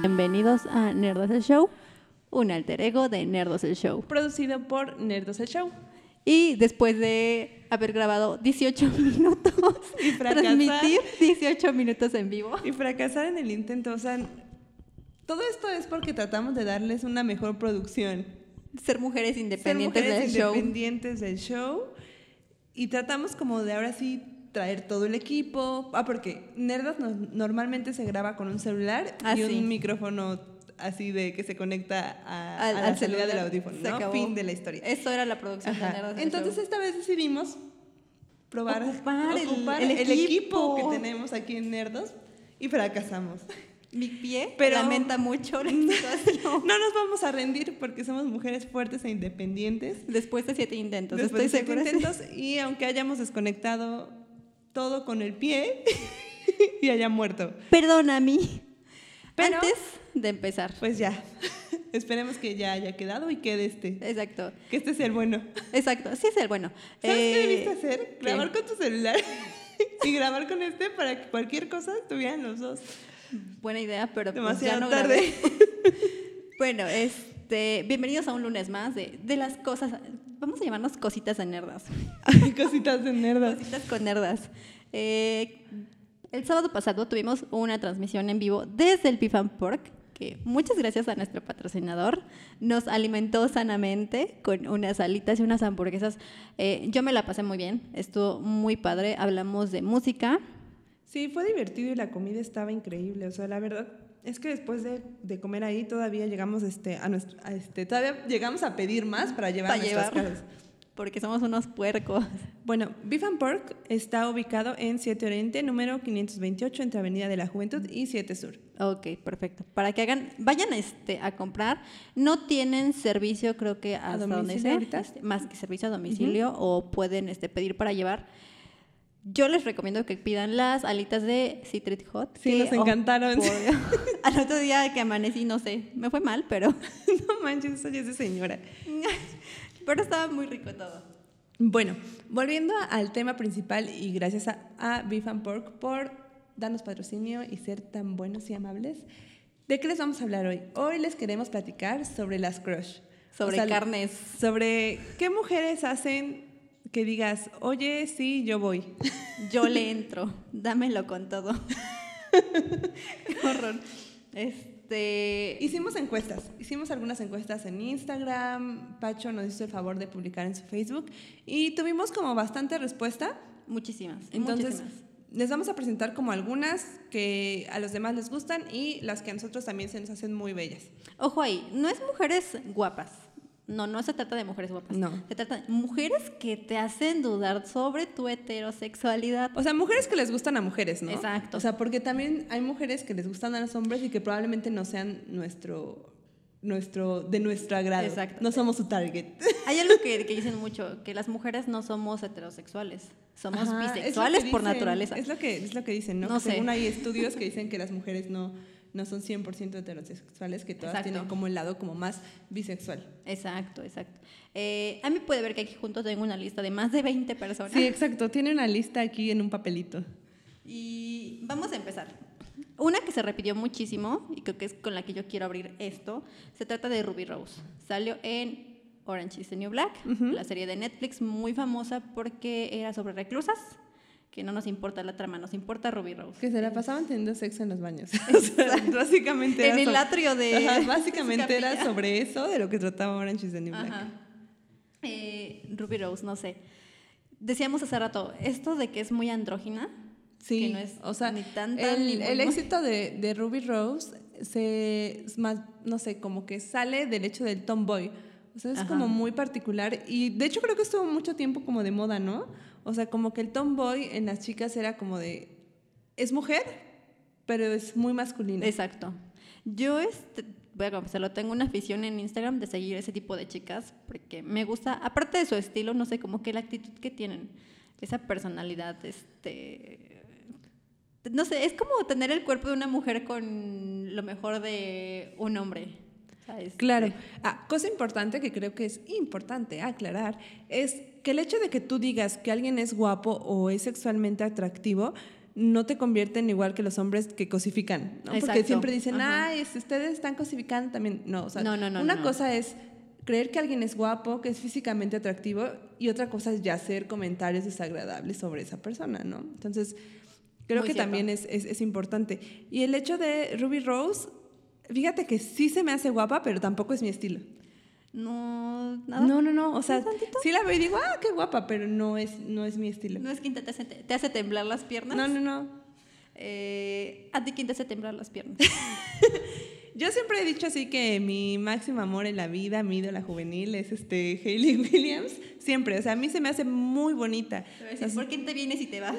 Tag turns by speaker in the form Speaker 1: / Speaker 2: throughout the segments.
Speaker 1: bienvenidos a Nerdos el Show, un alter ego de Nerdos el Show.
Speaker 2: Producido por Nerdos el Show.
Speaker 1: Y después de haber grabado 18 minutos,
Speaker 2: Y fracasar.
Speaker 1: transmitir 18 minutos en vivo.
Speaker 2: Y fracasar en el intento, o sea, todo esto es porque tratamos de darles una mejor producción.
Speaker 1: Ser mujeres
Speaker 2: Ser
Speaker 1: independientes
Speaker 2: mujeres
Speaker 1: del show.
Speaker 2: independientes del show. Y tratamos como de ahora sí traer todo el equipo. Ah, porque Nerdas no- normalmente se graba con un celular
Speaker 1: Ah,
Speaker 2: y
Speaker 1: sí.
Speaker 2: un micrófono así de que se conecta a, a la salida del audífono,
Speaker 1: Se
Speaker 2: ¿no?
Speaker 1: acabó.
Speaker 2: Fin de la historia.
Speaker 1: Eso era la producción
Speaker 2: Ajá.
Speaker 1: de Nerdos el
Speaker 2: Entonces
Speaker 1: Show.
Speaker 2: esta vez decidimos probar
Speaker 1: Ocupar el-
Speaker 2: ocupar
Speaker 1: el equipo.
Speaker 2: equipo. que tenemos aquí en Nerdos y fracasamos.
Speaker 1: mi pie
Speaker 2: Pero-
Speaker 1: lamenta mucho la situación.
Speaker 2: No nos vamos a rendir porque somos mujeres fuertes e independientes.
Speaker 1: Después de siete intentos,
Speaker 2: Después de
Speaker 1: estoy
Speaker 2: siete
Speaker 1: segura.
Speaker 2: intentos, y aunque hayamos desconectado todo con el pie y haya muerto.
Speaker 1: Perdona a mí.
Speaker 2: Pero-
Speaker 1: Antes de empezar.
Speaker 2: Pues ya. Esperemos que ya haya quedado y quede este.
Speaker 1: Exacto,
Speaker 2: Que este sea el bueno.
Speaker 1: exacto. Sí es el bueno.
Speaker 2: ¿Sabes qué
Speaker 1: Eh,
Speaker 2: debiste hacer? Grabar
Speaker 1: ¿qué?
Speaker 2: con tu celular y grabar con este para que cualquier cosa estuvieran los dos.
Speaker 1: Buena idea, pero pues, ya
Speaker 2: Demasiado
Speaker 1: no
Speaker 2: tarde.
Speaker 1: grabé. Bueno, este, bienvenidos a un lunes más de, de las cosas. Vamos a llamarnos cositas a nerdas.
Speaker 2: Ay, cositas de nerdas.
Speaker 1: Cositas con nerdas. Eh, el sábado pasado tuvimos una transmisión en vivo desde el Pifan Pork, que muchas gracias a nuestro patrocinador nos alimentó sanamente con unas alitas y unas hamburguesas. Eh, yo me la pasé muy bien, estuvo muy padre. Hablamos de música.
Speaker 2: Sí, fue divertido y la comida estaba increíble. O sea, la verdad es que después de, de comer ahí todavía llegamos este, a nuestro, a este, todavía llegamos a pedir más para llevar a
Speaker 1: Pa'
Speaker 2: nuestras
Speaker 1: llevar.
Speaker 2: casas.
Speaker 1: Porque somos unos puercos.
Speaker 2: Bueno, Beef and Pork está ubicado en 7 Oriente, número 528, entre Avenida de la Juventud y 7 Sur.
Speaker 1: Ok, perfecto. Para que hagan, vayan este, a comprar. No tienen servicio, creo que hasta donde
Speaker 2: domicilio
Speaker 1: sea,
Speaker 2: ahorita?
Speaker 1: este, más que servicio a domicilio, o pueden este, pedir para llevar. Yo les recomiendo que pidan las alitas de Secret Hot.
Speaker 2: Sí,
Speaker 1: que,
Speaker 2: nos
Speaker 1: oh,
Speaker 2: encantaron.
Speaker 1: por Dios, al otro día que amanecí, no sé, me fue mal, pero,
Speaker 2: no manches, soy esa señora.
Speaker 1: pero estaba muy rico todo.
Speaker 2: Bueno, volviendo al tema principal y gracias a, a Beef and Pork por darnos patrocinio y ser tan buenos y amables. ¿De qué les vamos a hablar hoy? Hoy les queremos platicar sobre las crush.
Speaker 1: Sobre carnes.
Speaker 2: Sobre qué mujeres hacen que digas, oye, sí, yo voy.
Speaker 1: Yo le entro, dámelo con todo. Qué horror. Este,
Speaker 2: Hicimos encuestas, hicimos algunas encuestas en Instagram, Pacho nos hizo el favor de publicar en su Facebook y tuvimos como bastante respuesta.
Speaker 1: muchísimas,
Speaker 2: Entonces,
Speaker 1: muchísimas.
Speaker 2: les vamos a presentar como algunas que a los demás les gustan y las que a nosotros también se nos hacen muy bellas.
Speaker 1: Ojo ahí, no es mujeres guapas. No, no se trata de mujeres guapas.
Speaker 2: No.
Speaker 1: Se trata de mujeres que te hacen dudar sobre tu heterosexualidad.
Speaker 2: O sea, mujeres que les gustan a mujeres, ¿no?
Speaker 1: Exacto.
Speaker 2: O sea, porque también hay mujeres que les gustan a los hombres y que probablemente no sean nuestro nuestro de nuestro agrado.
Speaker 1: Exacto.
Speaker 2: No somos su target.
Speaker 1: Hay algo que, que dicen mucho, que las mujeres no somos heterosexuales, somos
Speaker 2: Ajá, es lo que
Speaker 1: bisexuales por
Speaker 2: dicen,
Speaker 1: naturaleza.
Speaker 2: Es lo que es lo que dicen, ¿no?
Speaker 1: No
Speaker 2: Que
Speaker 1: sé.
Speaker 2: Según hay estudios que dicen que las mujeres no no son 100% heterosexuales, que todas
Speaker 1: Exacto.
Speaker 2: tienen como el lado como más bisexual.
Speaker 1: Exacto, exacto. Eh, a mí puede ver que aquí junto tengo una lista de más de 20 personas.
Speaker 2: Sí, exacto, tiene una lista aquí en un papelito.
Speaker 1: Y vamos a empezar. Una que se repitió muchísimo y creo que es con la que yo quiero abrir esto, se trata de Ruby Rose. Salió en Orange is the New Black, la serie de Netflix muy famosa porque era sobre reclusas, que no nos importa la trama, nos importa Ruby Rose.
Speaker 2: Que se la pasaban teniendo sexo en los baños. O sea, básicamente
Speaker 1: En
Speaker 2: era
Speaker 1: el
Speaker 2: sobre-
Speaker 1: atrio de-
Speaker 2: Ajá,
Speaker 1: de su
Speaker 2: básicamente era
Speaker 1: capilla.
Speaker 2: sobre eso de lo que trataba Orange is the New Black.
Speaker 1: Ajá. Eh, Ruby Rose, no sé. Decíamos hace rato, esto de que es muy andrógina, que
Speaker 2: Sí,
Speaker 1: no es
Speaker 2: o sea,
Speaker 1: ni tanta
Speaker 2: el,
Speaker 1: ni muy,
Speaker 2: el
Speaker 1: muy-
Speaker 2: éxito de, de Ruby Rose se, es más, no sé, como que sale del hecho del tomboy. O sea, es
Speaker 1: Ajá.
Speaker 2: como muy particular y de hecho creo que estuvo mucho tiempo como de moda, ¿no? O sea, como que el tomboy en las chicas era como de, es mujer, pero es muy masculina.
Speaker 1: Exacto. Yo, este, voy a confesarlo, tengo una afición en Instagram de seguir ese tipo de chicas porque me gusta, aparte de su estilo, no sé, como que la actitud que tienen, esa personalidad, este... No sé, es como tener el cuerpo de una mujer con lo mejor de un hombre. ¿sabes?
Speaker 2: Claro. Ah, cosa importante que creo que es importante aclarar es que el hecho de que tú digas que alguien es guapo o es sexualmente atractivo no te convierten igual que los hombres que cosifican, ¿no? Porque
Speaker 1: Exacto,
Speaker 2: siempre dicen,
Speaker 1: ajá.
Speaker 2: ay, es- ustedes están cosificando también. No, o sea,
Speaker 1: No, no, no,
Speaker 2: una
Speaker 1: no.
Speaker 2: cosa es creer que alguien es guapo, que es físicamente atractivo, y otra cosa es ya hacer comentarios desagradables sobre esa persona, ¿no? Entonces, creo
Speaker 1: Muy
Speaker 2: que
Speaker 1: cierto.
Speaker 2: también es, es- es importante. Y el hecho de Ruby Rose, fíjate que sí se me hace guapa, pero tampoco es mi estilo.
Speaker 1: No, nada.
Speaker 2: No, no, no, o sea,
Speaker 1: tantito?
Speaker 2: sí la veo y digo, ah, qué guapa, pero no es, no es mi estilo.
Speaker 1: No es Quinta, te hace, te- te hace temblar las piernas.
Speaker 2: No, no, no.
Speaker 1: Eh, a ti Quinta hace temblar las piernas.
Speaker 2: Yo siempre he dicho así que mi máximo amor en la vida, mi ídola juvenil, es este Hayley Williams. Siempre, o sea, a mí se me hace muy bonita.
Speaker 1: Te voy a decir, ¿por qué te vienes y te vas?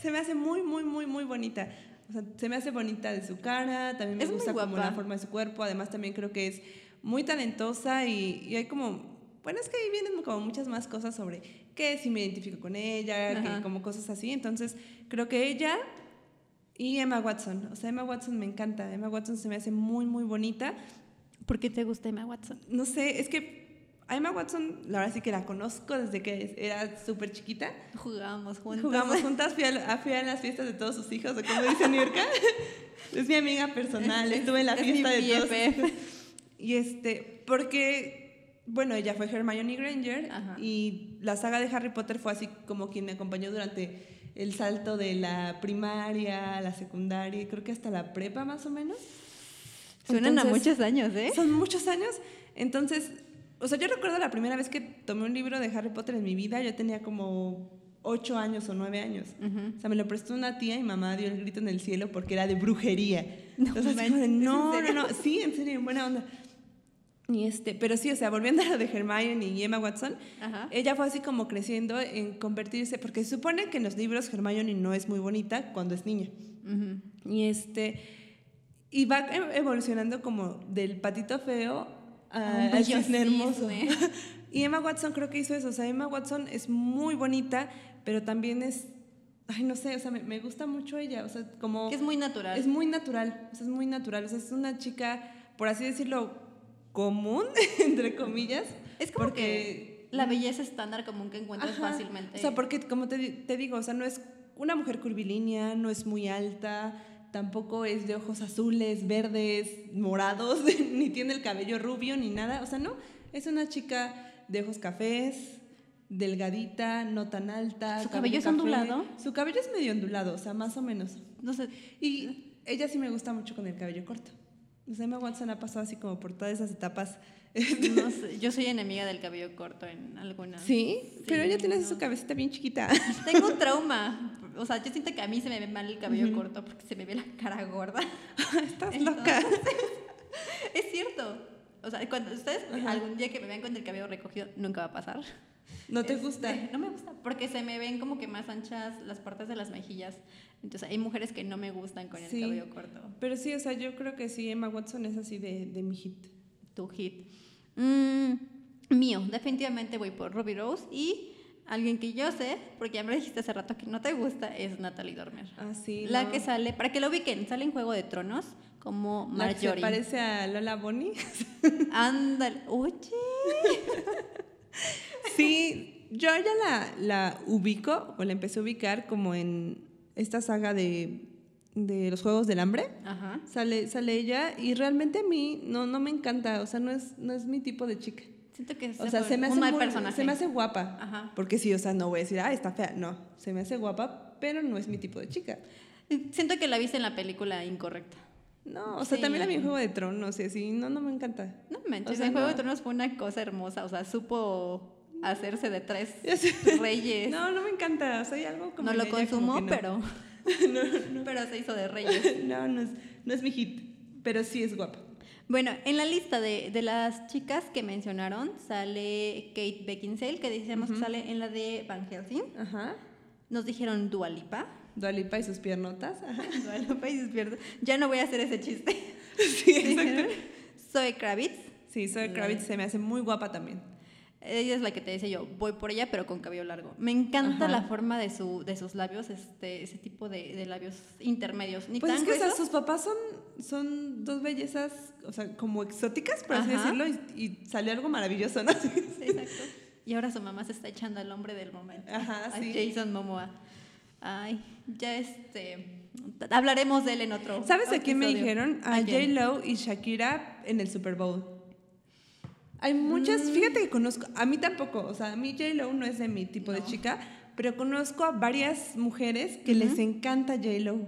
Speaker 2: Se me hace muy, muy, muy, muy bonita. O sea, se me hace bonita de su cara, también me
Speaker 1: Es muy
Speaker 2: gusta como
Speaker 1: guapa.
Speaker 2: la forma de su cuerpo. Además, también creo que es muy talentosa y, y hay como... Bueno, es que ahí vienen como muchas más cosas sobre que si me identifico con ella, que
Speaker 1: Ajá.
Speaker 2: como cosas así. Entonces, creo que ella y Emma Watson. O sea, Emma Watson me encanta. Emma Watson se me hace muy, muy bonita.
Speaker 1: ¿Por qué te gusta Emma Watson?
Speaker 2: No sé, es que a Emma Watson, la verdad sí que la conozco desde que era súper chiquita.
Speaker 1: Jugamos juntos.
Speaker 2: Jugamos juntas, fui a, la- fui a las fiestas de todos sus hijos, o como dice Niurka. es mi amiga personal, estuve en la
Speaker 1: Es mi
Speaker 2: fiesta de todos.
Speaker 1: BFF.
Speaker 2: sus hijos. Y este, porque, bueno, ella fue Hermione Granger
Speaker 1: Ajá.
Speaker 2: y la saga de Harry Potter fue así como quien me acompañó durante el salto de la primaria, la secundaria, y creo que hasta la prepa más o menos.
Speaker 1: Suenan a
Speaker 2: Entonces-
Speaker 1: muchos años, ¿eh?
Speaker 2: son muchos años. Entonces, o sea, yo recuerdo la primera vez que tomé un libro de Harry Potter en mi vida, yo tenía como ocho años o nueve años.
Speaker 1: Ujú.
Speaker 2: O sea, me lo prestó una tía y mamá dio el grito en el cielo porque era de brujería.
Speaker 1: No
Speaker 2: Entonces,
Speaker 1: manches,
Speaker 2: como de,
Speaker 1: ¿es en
Speaker 2: no, no,
Speaker 1: serio?
Speaker 2: no, sí, en serio, en buena onda. Y este, pero sí, o sea, volviendo a lo de Hermione y Emma Watson,
Speaker 1: Ajá.
Speaker 2: ella fue así como creciendo en convertirse, porque se supone que en los libros Hermione no es muy bonita cuando es niña.
Speaker 1: Ujú.
Speaker 2: Y este y va ev- evolucionando como del patito feo a-
Speaker 1: Un
Speaker 2: al
Speaker 1: bello
Speaker 2: cisne hermoso.
Speaker 1: cisne.
Speaker 2: Y Emma Watson creo que hizo eso, o sea, Emma Watson es muy bonita, pero también es ay, no sé, o sea, me, me gusta mucho ella, o sea, como
Speaker 1: Que es muy natural.
Speaker 2: es muy natural, o sea, es muy natural, o sea, es una chica por así decirlo común entre comillas,
Speaker 1: Es como
Speaker 2: porque-
Speaker 1: que la belleza estándar común que encuentras
Speaker 2: Ajá.
Speaker 1: fácilmente.
Speaker 2: O sea, porque como te, di- te digo, o sea, no es una mujer curvilínea, no es muy alta, tampoco es de ojos azules, verdes, morados, ni tiene el cabello rubio ni nada. O sea, no, es una chica de ojos cafés, delgadita, no tan alta.
Speaker 1: ¿Su
Speaker 2: cabello
Speaker 1: cabello es
Speaker 2: café.
Speaker 1: ondulado?
Speaker 2: Su cabello es medio ondulado, o sea, más o menos.
Speaker 1: no sé.
Speaker 2: Y ella sí me gusta mucho con el cabello corto. O sea, Emma Watson ha pasado así como por todas esas etapas.
Speaker 1: Ah. no sé, Yo soy enemiga del cabello corto en alguna.
Speaker 2: Sí, pero
Speaker 1: Sí,
Speaker 2: ella tiene así
Speaker 1: no.
Speaker 2: su cabecita bien chiquita.
Speaker 1: Tengo un trauma. O sea, yo siento que a mí se me ve mal el cabello corto porque se me ve la cara gorda.
Speaker 2: Estás
Speaker 1: Entonces,
Speaker 2: loca.
Speaker 1: Es cierto. O sea, cuando ustedes algún día que me vean con el cabello recogido, nunca va a pasar.
Speaker 2: ¿No te
Speaker 1: Este,
Speaker 2: gusta?
Speaker 1: no me gusta, porque se me ven como que más anchas las partes de las mejillas. Entonces, hay mujeres que no me gustan con
Speaker 2: Sí.
Speaker 1: el cabello corto.
Speaker 2: Pero sí, o sea, yo creo que sí, Emma Watson es así de, de mi hit.
Speaker 1: Tu hit. Mm, mío, definitivamente voy por Ruby Rose y alguien que yo sé, porque ya me lo dijiste hace rato que no te gusta, es Natalie Dormer.
Speaker 2: Ah, sí.
Speaker 1: la
Speaker 2: no.
Speaker 1: que sale, para que lo ubiquen, sale en Juego de Tronos como
Speaker 2: La que se
Speaker 1: Marjorie.
Speaker 2: parece a Lola Bonnie.
Speaker 1: Ándale, oye.
Speaker 2: sí, yo ya la, la ubico o la empecé a ubicar como en esta saga de, de los Juegos del Hambre.
Speaker 1: Ajá.
Speaker 2: Sale, sale ella y realmente a mí no, no me encanta, o sea, no es, no es mi tipo de chica.
Speaker 1: Siento que
Speaker 2: O sea,
Speaker 1: fue
Speaker 2: se me,
Speaker 1: un
Speaker 2: hace
Speaker 1: mal
Speaker 2: muy-
Speaker 1: personaje.
Speaker 2: se me hace guapa.
Speaker 1: Ajá.
Speaker 2: Porque sí, o sea, no voy a decir, ah, está fea. No, se me hace guapa, pero no es mi tipo de chica.
Speaker 1: Siento que la viste en la película incorrecta.
Speaker 2: No, o sea,
Speaker 1: Sí.
Speaker 2: también la vi en Juego de Tronos, y así, no, no me encanta.
Speaker 1: No manches,
Speaker 2: O sea,
Speaker 1: el Juego
Speaker 2: no.
Speaker 1: de Tronos fue una cosa hermosa. O sea, supo hacerse de tres
Speaker 2: Ya sé.
Speaker 1: reyes. No,
Speaker 2: No, no me encanta, soy algo como... en
Speaker 1: lo
Speaker 2: ella, como
Speaker 1: consumó,
Speaker 2: que no.
Speaker 1: pero. Pero se hizo de reyes.
Speaker 2: No, no es, no es mi hit, pero sí es guapa.
Speaker 1: Bueno, en la lista de, de las chicas que mencionaron sale Kate Beckinsale, que decíamos que sale en la de Van Helsing.
Speaker 2: Ajá.
Speaker 1: Nos dijeron Dualipa.
Speaker 2: Dualipa y sus piernotas. Ajá.
Speaker 1: Dualipa y despierto. Ya no voy a hacer ese chiste.
Speaker 2: Sí, exacto.
Speaker 1: Soy Kravitz.
Speaker 2: Sí, Zoe Kravitz se me hace muy guapa también.
Speaker 1: Ella es la que te dice yo, voy por ella, pero con cabello largo. Me encanta
Speaker 2: Ajá.
Speaker 1: la forma de, su, de sus labios, este, ese tipo de, de labios intermedios. Ni
Speaker 2: Pues
Speaker 1: tan
Speaker 2: es que o sea,
Speaker 1: gruesos.
Speaker 2: sus papás son, son dos bellezas, o sea, como exóticas, por así
Speaker 1: Ajá.
Speaker 2: decirlo, y, y salió algo maravilloso, ¿no?
Speaker 1: Exacto. Y ahora su mamá se está echando al hombre del momento.
Speaker 2: Ajá,
Speaker 1: a
Speaker 2: sí.
Speaker 1: Jason Momoa. Ay, ya este. Hablaremos de él en otro.
Speaker 2: ¿Sabes a quién me
Speaker 1: episodio.
Speaker 2: dijeron? A
Speaker 1: ¿A quién?
Speaker 2: J-Lo y Shakira en el Super Bowl. Hay
Speaker 1: Mm.
Speaker 2: muchas, fíjate que conozco, a mí tampoco, o sea, a mí J-Lo no es de mi tipo de chica, pero conozco a varias mujeres que les encanta J-Lo.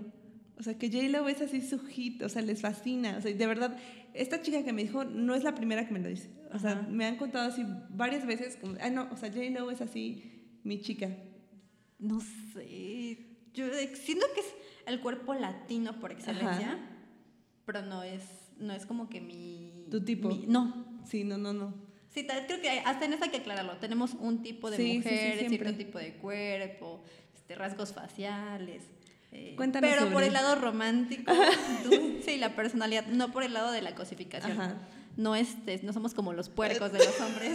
Speaker 2: O sea, que J-Lo es así su hit, o sea, les fascina. O sea, y de verdad, esta chica que me dijo no es la primera que me lo dice. O sea,
Speaker 1: Ajá.
Speaker 2: me han contado así varias veces, como, ah, no, o sea, J-Lo es así mi chica.
Speaker 1: No sé. Yo eh, siento que es el cuerpo latino por excelencia,
Speaker 2: Ajá.
Speaker 1: pero no es, no es como que mi.
Speaker 2: Tu tipo.
Speaker 1: mi- no.
Speaker 2: Sí, no, no, no.
Speaker 1: Sí, tal- creo que hasta en eso hay que aclararlo. Tenemos un tipo de
Speaker 2: Sí, sí, sí,
Speaker 1: mujer,
Speaker 2: siempre.
Speaker 1: cierto tipo de cuerpo, este, rasgos faciales. eh,
Speaker 2: Cuéntanos
Speaker 1: pero por
Speaker 2: sobre-
Speaker 1: el lado romántico, dulce y la personalidad, no por el lado de la cosificación.
Speaker 2: Ajá.
Speaker 1: No, este, no somos como los puercos de los hombres.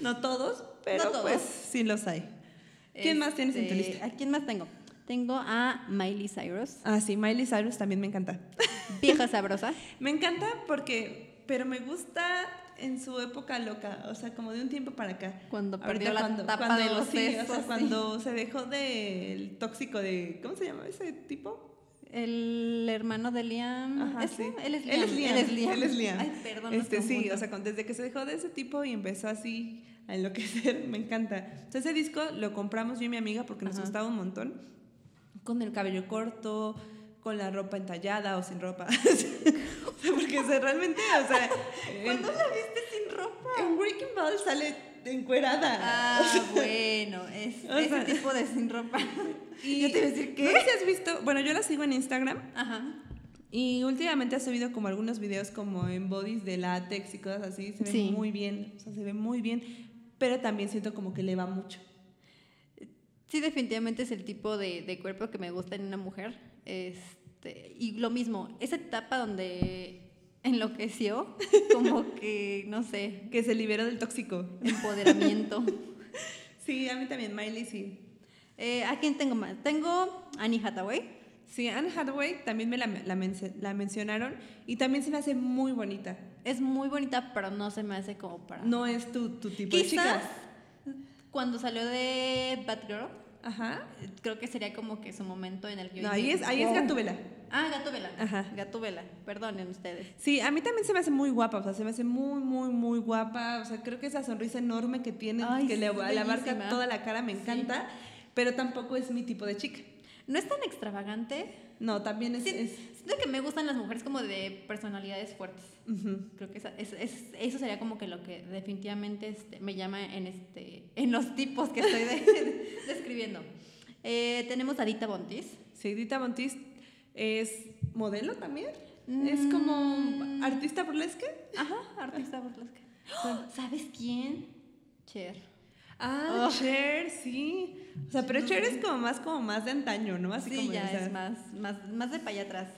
Speaker 2: No todos, pero
Speaker 1: No todos.
Speaker 2: pues sí los hay. ¿Quién más tienes en tu
Speaker 1: Este,
Speaker 2: lista?
Speaker 1: ¿A quién más tengo? Tengo a Miley Cyrus,
Speaker 2: Ah, sí, Miley Cyrus también me encanta.
Speaker 1: vieja sabrosa.
Speaker 2: Me encanta porque, pero me gusta en su época loca, o sea, como de un tiempo para acá.
Speaker 1: Cuando perdió
Speaker 2: Ahorita
Speaker 1: la tapa de los
Speaker 2: sí, o sea,
Speaker 1: sesos, sí.
Speaker 2: cuando se dejó del tóxico de, ¿cómo se llama ese tipo?
Speaker 1: El hermano de Liam.
Speaker 2: Ajá,
Speaker 1: ¿es
Speaker 2: sí.
Speaker 1: Liam? Él es Liam.
Speaker 2: Él es Liam.
Speaker 1: Él es Liam.
Speaker 2: él es Liam.
Speaker 1: Ay, perdón. los
Speaker 2: Este, sí,
Speaker 1: confundo.
Speaker 2: o sea, con- desde que se dejó de ese tipo y empezó así a enloquecer, me encanta. Entonces, ese disco lo compramos yo y mi amiga porque nos
Speaker 1: Ajá.
Speaker 2: gustaba un montón. Con el cabello corto, con la ropa entallada o sin ropa. O sea, porque o sea, realmente, o sea... en-
Speaker 1: ¿Cuándo la viste sin ropa?
Speaker 2: En Breaking Ball sale encuerada.
Speaker 1: Ah, bueno. Es,
Speaker 2: O sea-
Speaker 1: ese tipo de sin ropa.
Speaker 2: Y
Speaker 1: Yo te iba a decir,
Speaker 2: No sé si has visto, bueno, yo la sigo en Instagram
Speaker 1: Ajá.
Speaker 2: y últimamente ha subido como algunos videos como en bodies de látex y cosas así, se ve
Speaker 1: Sí.
Speaker 2: muy bien, o sea, se ve muy bien, pero también siento como que le va mucho.
Speaker 1: Sí, definitivamente es el tipo de, de cuerpo que me gusta en una mujer. Este, y lo mismo, esa etapa donde enloqueció, como que, no sé,
Speaker 2: Que se liberó del tóxico.
Speaker 1: empoderamiento.
Speaker 2: Sí, a mí también, Miley sí.
Speaker 1: Eh, ¿A quién tengo más? Tengo a Annie Hathaway.
Speaker 2: Sí, Anne Hathaway también me la, la menc- la mencionaron y también se me hace muy bonita.
Speaker 1: Es muy bonita, pero no se me hace como para...
Speaker 2: No es tu, tu tipo de
Speaker 1: Quizás
Speaker 2: chica.
Speaker 1: cuando salió de Batgirl,
Speaker 2: Ajá.
Speaker 1: eh, creo que sería como que su momento en el que... yo
Speaker 2: No, ahí
Speaker 1: dije,
Speaker 2: es, ahí es
Speaker 1: "Wow".
Speaker 2: Gatúbela.
Speaker 1: Ah, Gatúbela.
Speaker 2: Ajá.
Speaker 1: Gatúbela, perdonen ustedes.
Speaker 2: Sí, a mí también se me hace muy guapa, o sea, se me hace muy, muy, muy guapa. O sea, creo que esa sonrisa enorme que tiene,
Speaker 1: Ay,
Speaker 2: que le,
Speaker 1: sí,
Speaker 2: le abarca
Speaker 1: bellísima.
Speaker 2: toda la cara, me encanta, pero tampoco es mi tipo de chica.
Speaker 1: No es tan extravagante.
Speaker 2: No, también es...
Speaker 1: Sí,
Speaker 2: es-
Speaker 1: Siento que me gustan las mujeres como de personalidades fuertes.
Speaker 2: ujú.
Speaker 1: Creo que esa- es- es- eso sería como que lo que definitivamente este, me llama en, este, en los tipos que estoy de- describiendo. Eh, tenemos a Dita Bontis.
Speaker 2: Sí, Dita Montis es modelo también. Es como
Speaker 1: Mm.
Speaker 2: artista burlesque.
Speaker 1: Ajá, artista burlesca. ¡Oh! ¿Sabes quién? Cher.
Speaker 2: Ah,
Speaker 1: Oh.
Speaker 2: Cher, sí. O sea, pero Cher es como más, como más de antaño, ¿no? Así
Speaker 1: sí,
Speaker 2: como,
Speaker 1: ya
Speaker 2: o sea,
Speaker 1: es más, más, más de para allá atrás.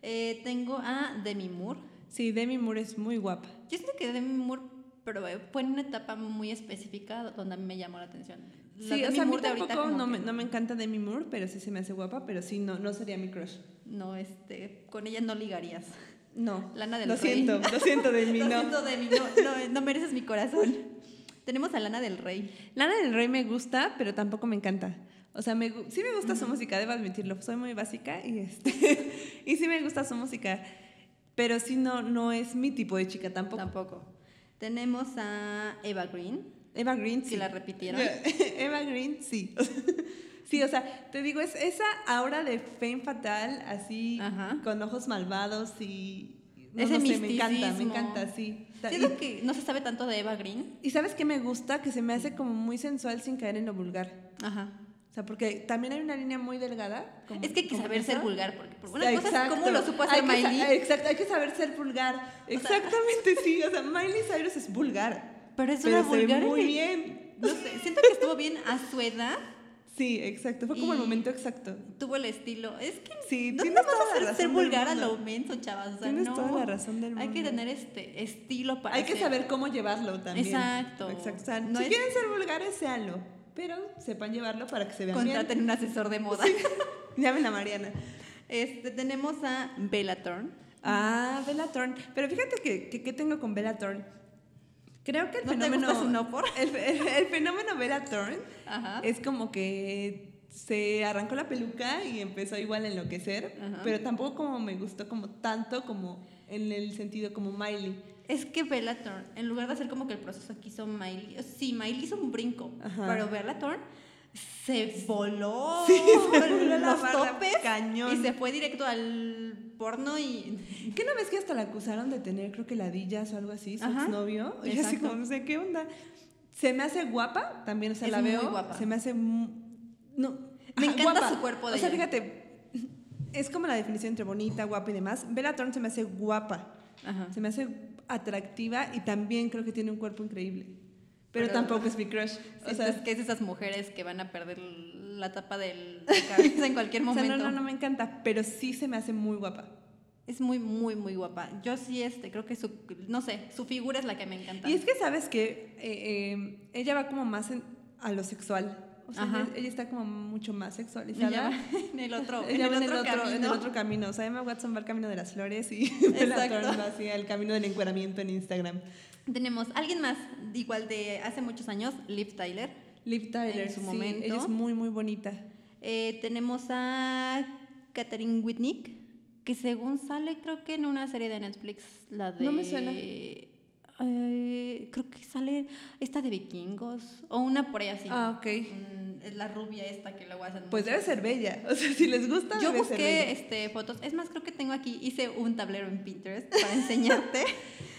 Speaker 1: Eh, tengo a Demi Moore.
Speaker 2: Sí, Demi Moore es muy guapa.
Speaker 1: Yo siento que Demi Moore pero eh, fue en una etapa muy específica donde a mí me llamó la atención.
Speaker 2: Sí,
Speaker 1: La
Speaker 2: o
Speaker 1: Demi
Speaker 2: sea, a mí
Speaker 1: Moore de ahorita
Speaker 2: tampoco
Speaker 1: como
Speaker 2: no, me,
Speaker 1: que
Speaker 2: no me encanta Demi Moore, pero sí se me hace guapa, pero sí, no, no sería mi crush.
Speaker 1: no, este, con ella no ligarías.
Speaker 2: No.
Speaker 1: Lana del
Speaker 2: lo
Speaker 1: Rey.
Speaker 2: siento, lo siento de mí,
Speaker 1: Lo
Speaker 2: no.
Speaker 1: siento, Demi, no, eh, no, no mereces mi corazón. Tenemos a Lana del Rey.
Speaker 2: Lana del Rey me gusta, pero tampoco me encanta. O sea, me, gu- sí me gusta su música, debo admitirlo. Soy muy básica y este y sí me gusta su música, pero sí no no es mi tipo de chica tampoco.
Speaker 1: Tampoco. Tenemos a Eva Green.
Speaker 2: Eva Green
Speaker 1: Si
Speaker 2: sí.
Speaker 1: Mm, la repitieron.
Speaker 2: Eva Green sí. O sea, sí, o sea, te digo es esa aura de Femme Fatal así
Speaker 1: Ajá.
Speaker 2: con ojos malvados y no,
Speaker 1: Ese
Speaker 2: no sé, me encanta, me
Speaker 1: misticismo.
Speaker 2: encanta, sí.
Speaker 1: Siento que no se sabe tanto de Eva Green.
Speaker 2: Y sabes qué me gusta, que se me hace como muy sensual sin caer en lo vulgar.
Speaker 1: Ajá.
Speaker 2: O sea, porque también hay una línea muy delgada. como-
Speaker 1: es que hay que
Speaker 2: como
Speaker 1: saber ser
Speaker 2: esa.
Speaker 1: vulgar, porque por una
Speaker 2: Ah,
Speaker 1: cosa es
Speaker 2: exacto.
Speaker 1: cómo lo supo hacer
Speaker 2: Hay que sa-
Speaker 1: Miley,
Speaker 2: Exacto, hay que saber ser vulgar. Exactamente, sí. O sea, Miley Cyrus es vulgar.
Speaker 1: pero es una
Speaker 2: pero se ve
Speaker 1: vulgar. en
Speaker 2: muy
Speaker 1: el-
Speaker 2: bien.
Speaker 1: No sé, siento que estuvo bien a su edad,
Speaker 2: Sí, exacto. Fue como el
Speaker 1: Y-
Speaker 2: momento exacto.
Speaker 1: tuvo el estilo. Es que
Speaker 2: Sí,
Speaker 1: no
Speaker 2: tienes
Speaker 1: nada más
Speaker 2: toda la
Speaker 1: hacer
Speaker 2: razón
Speaker 1: ser
Speaker 2: del
Speaker 1: vulgar a
Speaker 2: mundo.
Speaker 1: lo menso, chavas. o sea,
Speaker 2: Tienes
Speaker 1: no.
Speaker 2: toda la razón del
Speaker 1: Hay que
Speaker 2: mundo.
Speaker 1: tener este estilo para
Speaker 2: hay que
Speaker 1: ser-
Speaker 2: saber cómo llevarlo también.
Speaker 1: Exacto.
Speaker 2: Exacto. O sea,
Speaker 1: No
Speaker 2: si
Speaker 1: es-
Speaker 2: quieren ser vulgares, séanlo. Pero sepan llevarlo para que se vean
Speaker 1: contraten un asesor de moda.
Speaker 2: bien. Llamen a Mariana.
Speaker 1: Este, tenemos a Bella Thorne.
Speaker 2: Ah, Bella Thorne. Pero fíjate que, que, ¿qué tengo con Bella Thorne. Creo que el
Speaker 1: ¿No Ah. te
Speaker 2: fenómeno.
Speaker 1: gusta su no por?
Speaker 2: el, fe- el fenómeno Bella Thorne
Speaker 1: Ajá.
Speaker 2: es como que se arrancó la peluca y empezó igual a enloquecer,
Speaker 1: Ajá.
Speaker 2: pero tampoco como me gustó como tanto como en el sentido como Miley.
Speaker 1: Es que Bella Thorne, en lugar de hacer como que el proceso que hizo Miley, o sea, sí, Miley hizo un brinco,
Speaker 2: Ajá.
Speaker 1: pero Bella Thorne se voló,
Speaker 2: Sí, se voló la
Speaker 1: los
Speaker 2: barda
Speaker 1: topes
Speaker 2: cañón.
Speaker 1: y se fue directo al porno y
Speaker 2: ¿Qué no ves que hasta la acusaron de tener creo que ladillas o algo así, su
Speaker 1: Ajá.
Speaker 2: exnovio? Y así
Speaker 1: Exacto.
Speaker 2: como, no sé qué onda. Se me hace guapa, también, o sea,
Speaker 1: Es
Speaker 2: la
Speaker 1: muy
Speaker 2: veo.
Speaker 1: guapa.
Speaker 2: Se me hace. mu- No.
Speaker 1: Me
Speaker 2: ajá,
Speaker 1: encanta su cuerpo de
Speaker 2: O sea,
Speaker 1: ella.
Speaker 2: fíjate, es como la definición entre bonita, guapa y demás. Bella Thorne se me hace guapa.
Speaker 1: Ajá.
Speaker 2: Se me hace atractiva y también creo que tiene un cuerpo increíble. Pero,
Speaker 1: Pero-
Speaker 2: tampoco es mi crush. O sea,
Speaker 1: es que es esas mujeres que van a perder la tapa del la cabeza en cualquier
Speaker 2: o sea,
Speaker 1: momento.
Speaker 2: no, no, no me encanta, pero sí se me hace muy guapa.
Speaker 1: Es muy, muy, muy guapa. Yo sí, este, creo que su, no sé, su figura es la que me encanta.
Speaker 2: Y es que sabes que eh, eh, ella va como más en- a lo sexual. O sea,
Speaker 1: Ajá.
Speaker 2: ella, ella está como mucho más
Speaker 1: Ella
Speaker 2: sexualizada.
Speaker 1: va en el otro, en
Speaker 2: Ella
Speaker 1: el otro,
Speaker 2: va en, el otro, en el
Speaker 1: camino.
Speaker 2: otro camino. O sea, Emma Watson va al camino de las flores y Bella
Speaker 1: Exacto.
Speaker 2: Thorne va hacia el camino del encueramiento en Instagram.
Speaker 1: Tenemos alguien más, igual de hace muchos años, Liv Tyler.
Speaker 2: Liv Tyler,
Speaker 1: En su
Speaker 2: sí,
Speaker 1: momento.
Speaker 2: Ella es muy, muy bonita.
Speaker 1: Eh, tenemos a Katherine Whitnick, que según sale creo que en una serie de Netflix, la de...
Speaker 2: No me suena.
Speaker 1: eh, creo que sale esta de vikingos o una por ahí así.
Speaker 2: Ah, ok.
Speaker 1: Mm, es la rubia esta que luego hacen.
Speaker 2: Pues
Speaker 1: mucho.
Speaker 2: debe ser bella. O sea, si les gusta,
Speaker 1: Yo
Speaker 2: debe ser
Speaker 1: busqué
Speaker 2: bella.
Speaker 1: este, fotos. Es más, creo que tengo aquí, hice un tablero en Pinterest para enseñarte.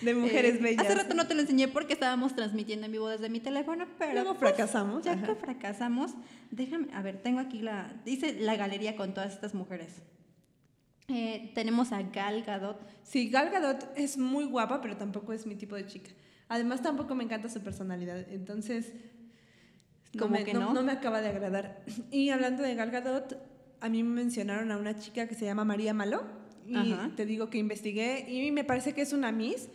Speaker 2: De mujeres
Speaker 1: Eh,
Speaker 2: bellas.
Speaker 1: Hace rato no te lo enseñé porque estábamos transmitiendo en vivo desde mi teléfono, pero.
Speaker 2: Luego
Speaker 1: pues,
Speaker 2: fracasamos,
Speaker 1: Ya
Speaker 2: ajá.
Speaker 1: que fracasamos, déjame. A ver, tengo aquí la. Dice la galería con todas estas mujeres. Eh, tenemos a Gal Gadot.
Speaker 2: Sí, Gal Gadot es muy guapa, pero tampoco es mi tipo de chica. Además, tampoco me encanta su personalidad. Entonces, no
Speaker 1: Como
Speaker 2: me,
Speaker 1: que
Speaker 2: no-
Speaker 1: no.
Speaker 2: no me acaba de agradar. Y hablando de Gal Gadot, a mí me mencionaron a una chica que se llama María Malo. Y
Speaker 1: Ajá.
Speaker 2: te digo que investigué y me parece que es una Miss.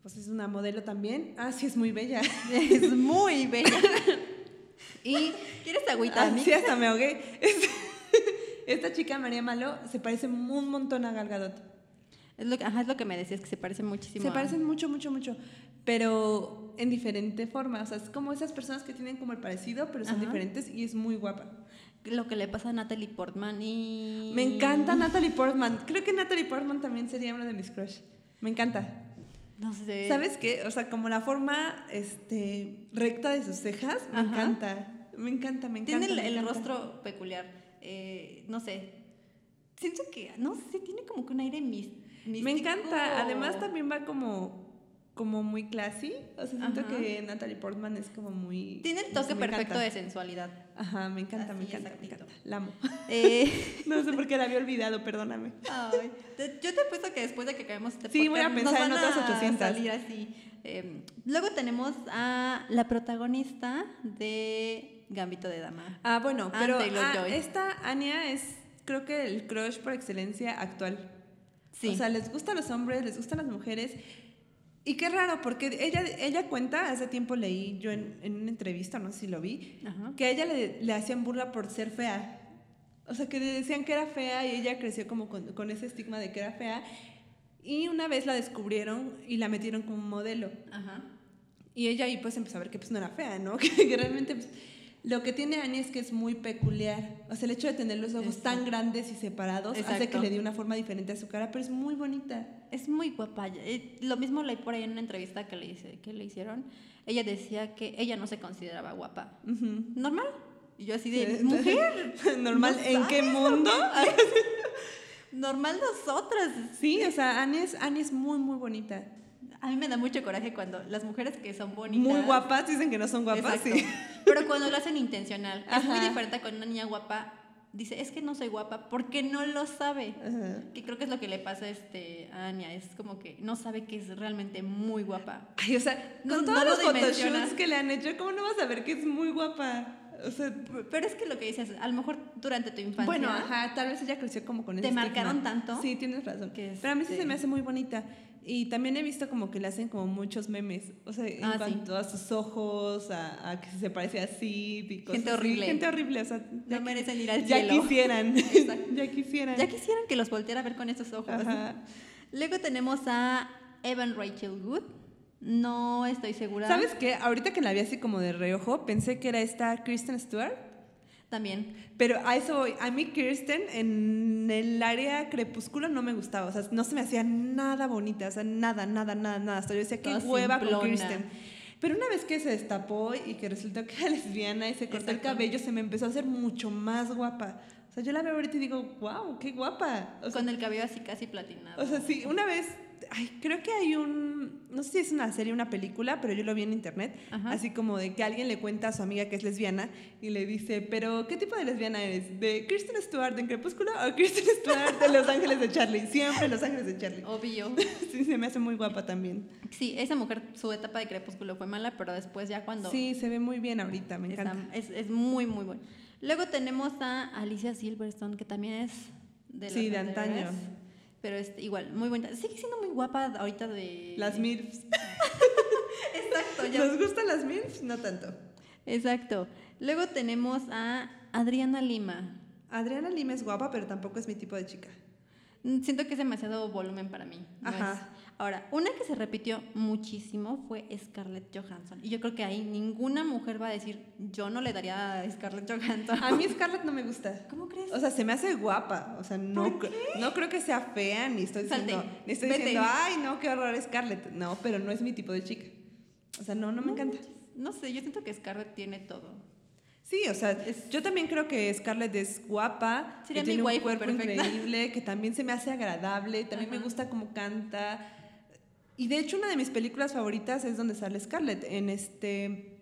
Speaker 2: Pues es una modelo también. Ah, sí, es muy bella.
Speaker 1: Es muy bella. y. ¿Quieres agüita,
Speaker 2: Ah,
Speaker 1: Ani?
Speaker 2: sí, hasta me ahogué. Es- Esta chica, María Malo, se parece un montón a Gal Gadot.
Speaker 1: Es lo, que- ajá, es lo que me decías, que se parece muchísimo.
Speaker 2: Se
Speaker 1: a-
Speaker 2: parecen mucho, mucho, mucho, pero en diferente forma. O sea, es como esas personas que tienen como el parecido, pero son
Speaker 1: Ajá.
Speaker 2: diferentes y es muy guapa.
Speaker 1: Lo que le pasa a Natalie Portman y.
Speaker 2: Me encanta Natalie Portman. Creo que Natalie Portman también sería una de mis crush. Me encanta.
Speaker 1: No sé.
Speaker 2: ¿Sabes qué? O sea, como la forma este, recta de sus cejas, me
Speaker 1: Ajá.
Speaker 2: encanta. Me encanta, me encanta.
Speaker 1: Tiene el,
Speaker 2: me
Speaker 1: el
Speaker 2: encanta.
Speaker 1: rostro peculiar. eh, no sé. Siento que, no sé, tiene como que un aire mis- místico.
Speaker 2: Me encanta. Además también va como como muy classy. O sea, siento
Speaker 1: Ajá.
Speaker 2: que Natalie Portman es como muy...
Speaker 1: Tiene el
Speaker 2: no sé,
Speaker 1: toque
Speaker 2: me
Speaker 1: perfecto
Speaker 2: encanta.
Speaker 1: de sensualidad.
Speaker 2: Ajá, me encanta, me
Speaker 1: Así,
Speaker 2: encanta, me
Speaker 1: exactito.
Speaker 2: encanta. La amo.
Speaker 1: Eh,
Speaker 2: No sé por qué la había olvidado, perdóname.
Speaker 1: ay, te- yo te apuesto que después de que acabemos este
Speaker 2: Sí, voy a
Speaker 1: podcast,
Speaker 2: pensar
Speaker 1: nos
Speaker 2: en
Speaker 1: van
Speaker 2: otras
Speaker 1: a
Speaker 2: 800.
Speaker 1: salir así. Eh, luego tenemos a la protagonista de Gambito de Dama.
Speaker 2: Ah, bueno,
Speaker 1: Ah,
Speaker 2: pero
Speaker 1: Taylor
Speaker 2: ah,
Speaker 1: Joy.
Speaker 2: esta Anya es creo que el crush por excelencia actual.
Speaker 1: Sí.
Speaker 2: O sea, les gustan los hombres, les gustan las mujeres. Y qué raro, porque ella, ella cuenta, hace tiempo leí yo en, en una entrevista, no sé si lo vi,
Speaker 1: Ajá.
Speaker 2: que a ella le, le hacían burla por ser fea. O sea, que le decían que era fea y ella creció como con, con ese estigma de que era fea. Y una vez la descubrieron y la metieron como modelo.
Speaker 1: Ajá.
Speaker 2: Y ella ahí pues empezó a ver que pues no era fea, ¿no? Que, que realmente pues, lo que tiene Annie es que es muy peculiar. O sea, el hecho de tener los ojos tan grandes y separados hace que
Speaker 1: Exacto.
Speaker 2: le dé una forma diferente a su cara, pero es muy bonita.
Speaker 1: Es muy guapa. Eh, Lo mismo leí por ahí en una entrevista que le, hice- que le hicieron. Ella decía que ella no se consideraba guapa.
Speaker 2: Ujú.
Speaker 1: ¿Normal? Y yo así de, mujer,
Speaker 2: Normal,
Speaker 1: ¿No
Speaker 2: ¿en qué
Speaker 1: sabes
Speaker 2: mundo?
Speaker 1: normal nosotras.
Speaker 2: Sí, o sea, Annie es, Annie es muy, muy bonita.
Speaker 1: A mí me da mucho coraje cuando las mujeres que son bonitas...
Speaker 2: Muy guapas, dicen que no son guapas,
Speaker 1: Exacto.
Speaker 2: sí.
Speaker 1: Pero cuando lo hacen intencional. Es muy
Speaker 2: Ajá.
Speaker 1: diferente cuando una niña guapa dice, es que no soy guapa porque no lo sabe.
Speaker 2: Ajá.
Speaker 1: Que creo que es lo que le pasa este, a Anya. Es como que no sabe que es realmente muy guapa.
Speaker 2: Ay, o sea,
Speaker 1: No-
Speaker 2: con
Speaker 1: no
Speaker 2: todos
Speaker 1: lo
Speaker 2: los
Speaker 1: dimensiona.
Speaker 2: photoshoots que le han hecho, ¿cómo no vas a ver que es muy guapa? O sea,
Speaker 1: Pero es que lo que dices, a lo mejor durante tu infancia...
Speaker 2: Bueno, ajá, tal vez ella creció como con
Speaker 1: ¿Te
Speaker 2: ese
Speaker 1: marcaron
Speaker 2: estigma.
Speaker 1: tanto?
Speaker 2: Sí, tienes razón.
Speaker 1: Que,
Speaker 2: Pero a mí sí
Speaker 1: este-
Speaker 2: se me hace muy bonita. Y también he visto como que le hacen como muchos memes. O sea, en
Speaker 1: Ah, sí.
Speaker 2: cuanto a sus ojos, a, a que se parece así. y cosas
Speaker 1: Gente
Speaker 2: así.
Speaker 1: horrible.
Speaker 2: Gente horrible, o sea.
Speaker 1: No merecen ir al
Speaker 2: ya
Speaker 1: cielo.
Speaker 2: Quisieran.
Speaker 1: Exacto.
Speaker 2: ya quisieran.
Speaker 1: Ya quisieran que los volteara a ver con esos ojos.
Speaker 2: Ajá.
Speaker 1: Luego tenemos a Evan Rachel Wood. No estoy segura.
Speaker 2: ¿Sabes qué? Ahorita que la vi así como de reojo, pensé que era esta Kristen Stewart.
Speaker 1: También.
Speaker 2: Pero a eso voy. A mí Kirsten en el área crepúsculo no me gustaba. O sea, no se me hacía nada bonita. O sea, nada, nada, nada, nada. Hasta yo decía, qué
Speaker 1: Toda
Speaker 2: hueva con
Speaker 1: simplona.
Speaker 2: Kirsten. Pero una vez que se destapó y que resultó que era lesbiana y se cortó el
Speaker 1: Exacto.
Speaker 2: cabello, se me empezó a hacer mucho más guapa. O sea, yo la veo ahorita y digo, wow, qué guapa. O sea,
Speaker 1: con el cabello así casi platinado.
Speaker 2: o sea, sí, una vez, ay, creo que hay un, no sé si es una serie, una película, pero yo lo vi en internet,
Speaker 1: Ajá.
Speaker 2: así como de que alguien le cuenta a su amiga que es lesbiana y le dice, pero ¿qué tipo de lesbiana eres? ¿De Kristen Stewart en Crepúsculo o Kristen Stewart de Los Ángeles de Charlie? Siempre Los Ángeles de Charlie.
Speaker 1: Obvio.
Speaker 2: Sí, se me hace muy guapa también.
Speaker 1: Sí, esa mujer, su etapa de crepúsculo fue mala, pero después ya cuando...
Speaker 2: Sí, se ve muy bien ahorita, me
Speaker 1: está-
Speaker 2: encanta.
Speaker 1: es, es muy, muy bueno. Luego tenemos a Alicia Silverstone, que también es de las
Speaker 2: Sí, de
Speaker 1: anteriores,
Speaker 2: antaño.
Speaker 1: Pero es igual, muy bonita. Sigue siendo muy guapa ahorita de...
Speaker 2: Las MILFs.
Speaker 1: Exacto, ya.
Speaker 2: ¿Nos gustan las MILFs? No tanto.
Speaker 1: Exacto. Luego tenemos a Adriana Lima.
Speaker 2: Adriana Lima es guapa, pero tampoco es mi tipo de chica.
Speaker 1: Mm, Siento que es demasiado volumen para mí. no
Speaker 2: Ajá.
Speaker 1: es. Ahora, una que se repitió muchísimo fue Scarlett Johansson. Y yo creo que ahí ninguna mujer va a decir, yo no le daría a Scarlett Johansson.
Speaker 2: A mí Scarlett no me gusta.
Speaker 1: ¿Cómo crees?
Speaker 2: O sea, se me hace guapa. O sea, no,
Speaker 1: ¿Por
Speaker 2: cre- no creo que sea fea, ni estoy
Speaker 1: Salte,
Speaker 2: diciendo, ni estoy
Speaker 1: vete.
Speaker 2: diciendo, ay, no, qué horror Scarlett. No, pero no es mi tipo de chica. O sea, no, no me encanta.
Speaker 1: no sé, yo siento que Scarlett tiene todo.
Speaker 2: Sí, o sea, yo también creo que Scarlett es guapa,
Speaker 1: Sería
Speaker 2: que
Speaker 1: mi
Speaker 2: tiene un
Speaker 1: waifu
Speaker 2: cuerpo
Speaker 1: perfecta.
Speaker 2: increíble, que también se me hace agradable, también me
Speaker 1: Ajá.
Speaker 2: gusta cómo canta. Y de hecho, una de mis películas favoritas es donde sale Scarlett, en este...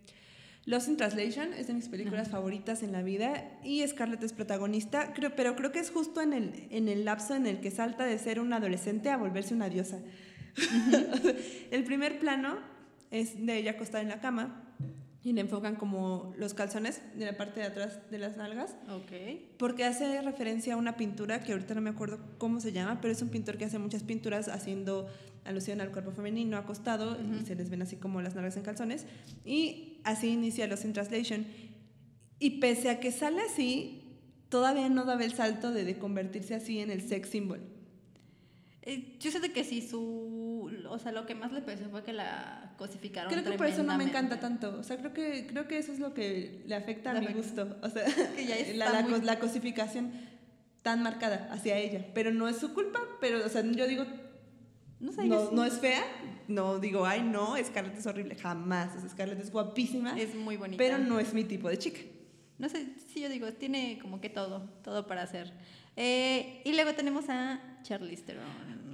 Speaker 2: Lost in Translation es de mis películas favoritas en la vida y Scarlett es protagonista, creo, pero creo que es justo en el, en el lapso en el que salta de ser una adolescente a volverse una diosa. el primer plano es de ella acostada en la cama y le enfocan como los calzones de la parte de atrás de las nalgas
Speaker 1: Ok.
Speaker 2: porque hace referencia a una pintura que ahorita no me acuerdo cómo se llama, pero es un pintor que hace muchas pinturas haciendo alusión al cuerpo femenino acostado y se les ven así como las nalgas en calzones. Y así inicia los in Translation. Y pese a que sale así, todavía no daba el salto de, de convertirse así en el sex symbol.
Speaker 1: Eh, Yo siento que sí, su. O sea, lo que más le pesó fue que la cosificaron.
Speaker 2: Creo que por eso no me encanta
Speaker 1: tremendamente.
Speaker 2: tanto. O sea, creo que, creo que eso es lo que le afecta a
Speaker 1: Le
Speaker 2: mi
Speaker 1: afecta.
Speaker 2: gusto. O sea,
Speaker 1: Que ya está
Speaker 2: la, la
Speaker 1: muy-
Speaker 2: cos- la cosificación tan marcada hacia ella. Pero no es su culpa, pero, o sea, yo digo,
Speaker 1: No sé, yo
Speaker 2: no,
Speaker 1: sí-
Speaker 2: no es fea. No digo, ay, no, Scarlett es horrible. Jamás. O sea, Scarlett es guapísima,
Speaker 1: es muy bonita.
Speaker 2: pero no es mi tipo de chica.
Speaker 1: No sé, sí, yo digo, tiene como que todo, todo para hacer. Eh, y luego tenemos a Charlize Theron.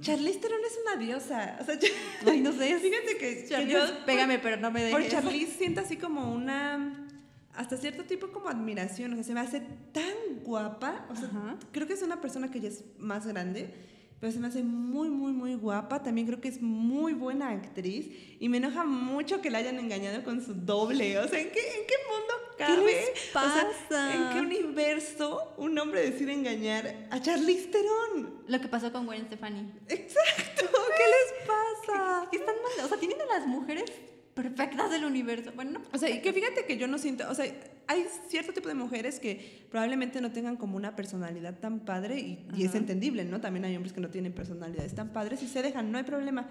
Speaker 2: Charlize Theron es una diosa. O sea, yo-
Speaker 1: Ay, no sé.
Speaker 2: Fíjate que, que
Speaker 1: Charlize,
Speaker 2: yo
Speaker 1: pégame, pero no me
Speaker 2: por,
Speaker 1: dejes.
Speaker 2: por Charlize siento así como una... Hasta cierto tipo como admiración. O sea, se me hace tan guapa. O sea,
Speaker 1: Ajá.
Speaker 2: creo que es una persona que ya es más grande, pero se me hace muy, muy, muy guapa. También creo que es muy buena actriz y me enoja mucho que la hayan engañado con su doble. O sea, ¿en qué, en qué mundo cabe?
Speaker 1: les
Speaker 2: O sea,
Speaker 1: pasa?
Speaker 2: ¿En qué universo un hombre decide engañar a Charlize Theron?
Speaker 1: Lo que pasó con Gwen Stefani.
Speaker 2: Exacto, ¿qué les pasa?
Speaker 1: Que están mal, o sea, tienen a las mujeres perfectas del universo. Bueno, no.
Speaker 2: O sea, y que fíjate que yo no siento, o sea, hay cierto tipo de mujeres que probablemente no tengan como una personalidad tan padre y, y es
Speaker 1: Ajá.
Speaker 2: entendible, ¿no? También hay hombres que no tienen personalidades tan padres y se dejan, no hay problema.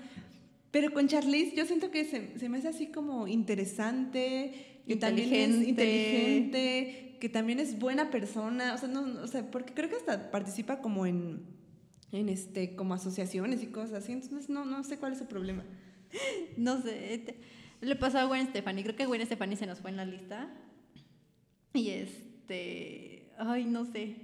Speaker 2: Pero con Charlize yo siento que se, se me hace así como interesante, que también es
Speaker 1: Inteligente.
Speaker 2: inteligente, que también es buena persona, o sea, no, o sea, porque creo que hasta participa como en, en este, como asociaciones y cosas así, entonces no, no sé cuál es su problema.
Speaker 1: No sé. este, le pasó a Gwen Stefani. Creo que Gwen Stefani se nos fue en la lista. Y este. Ay, no sé.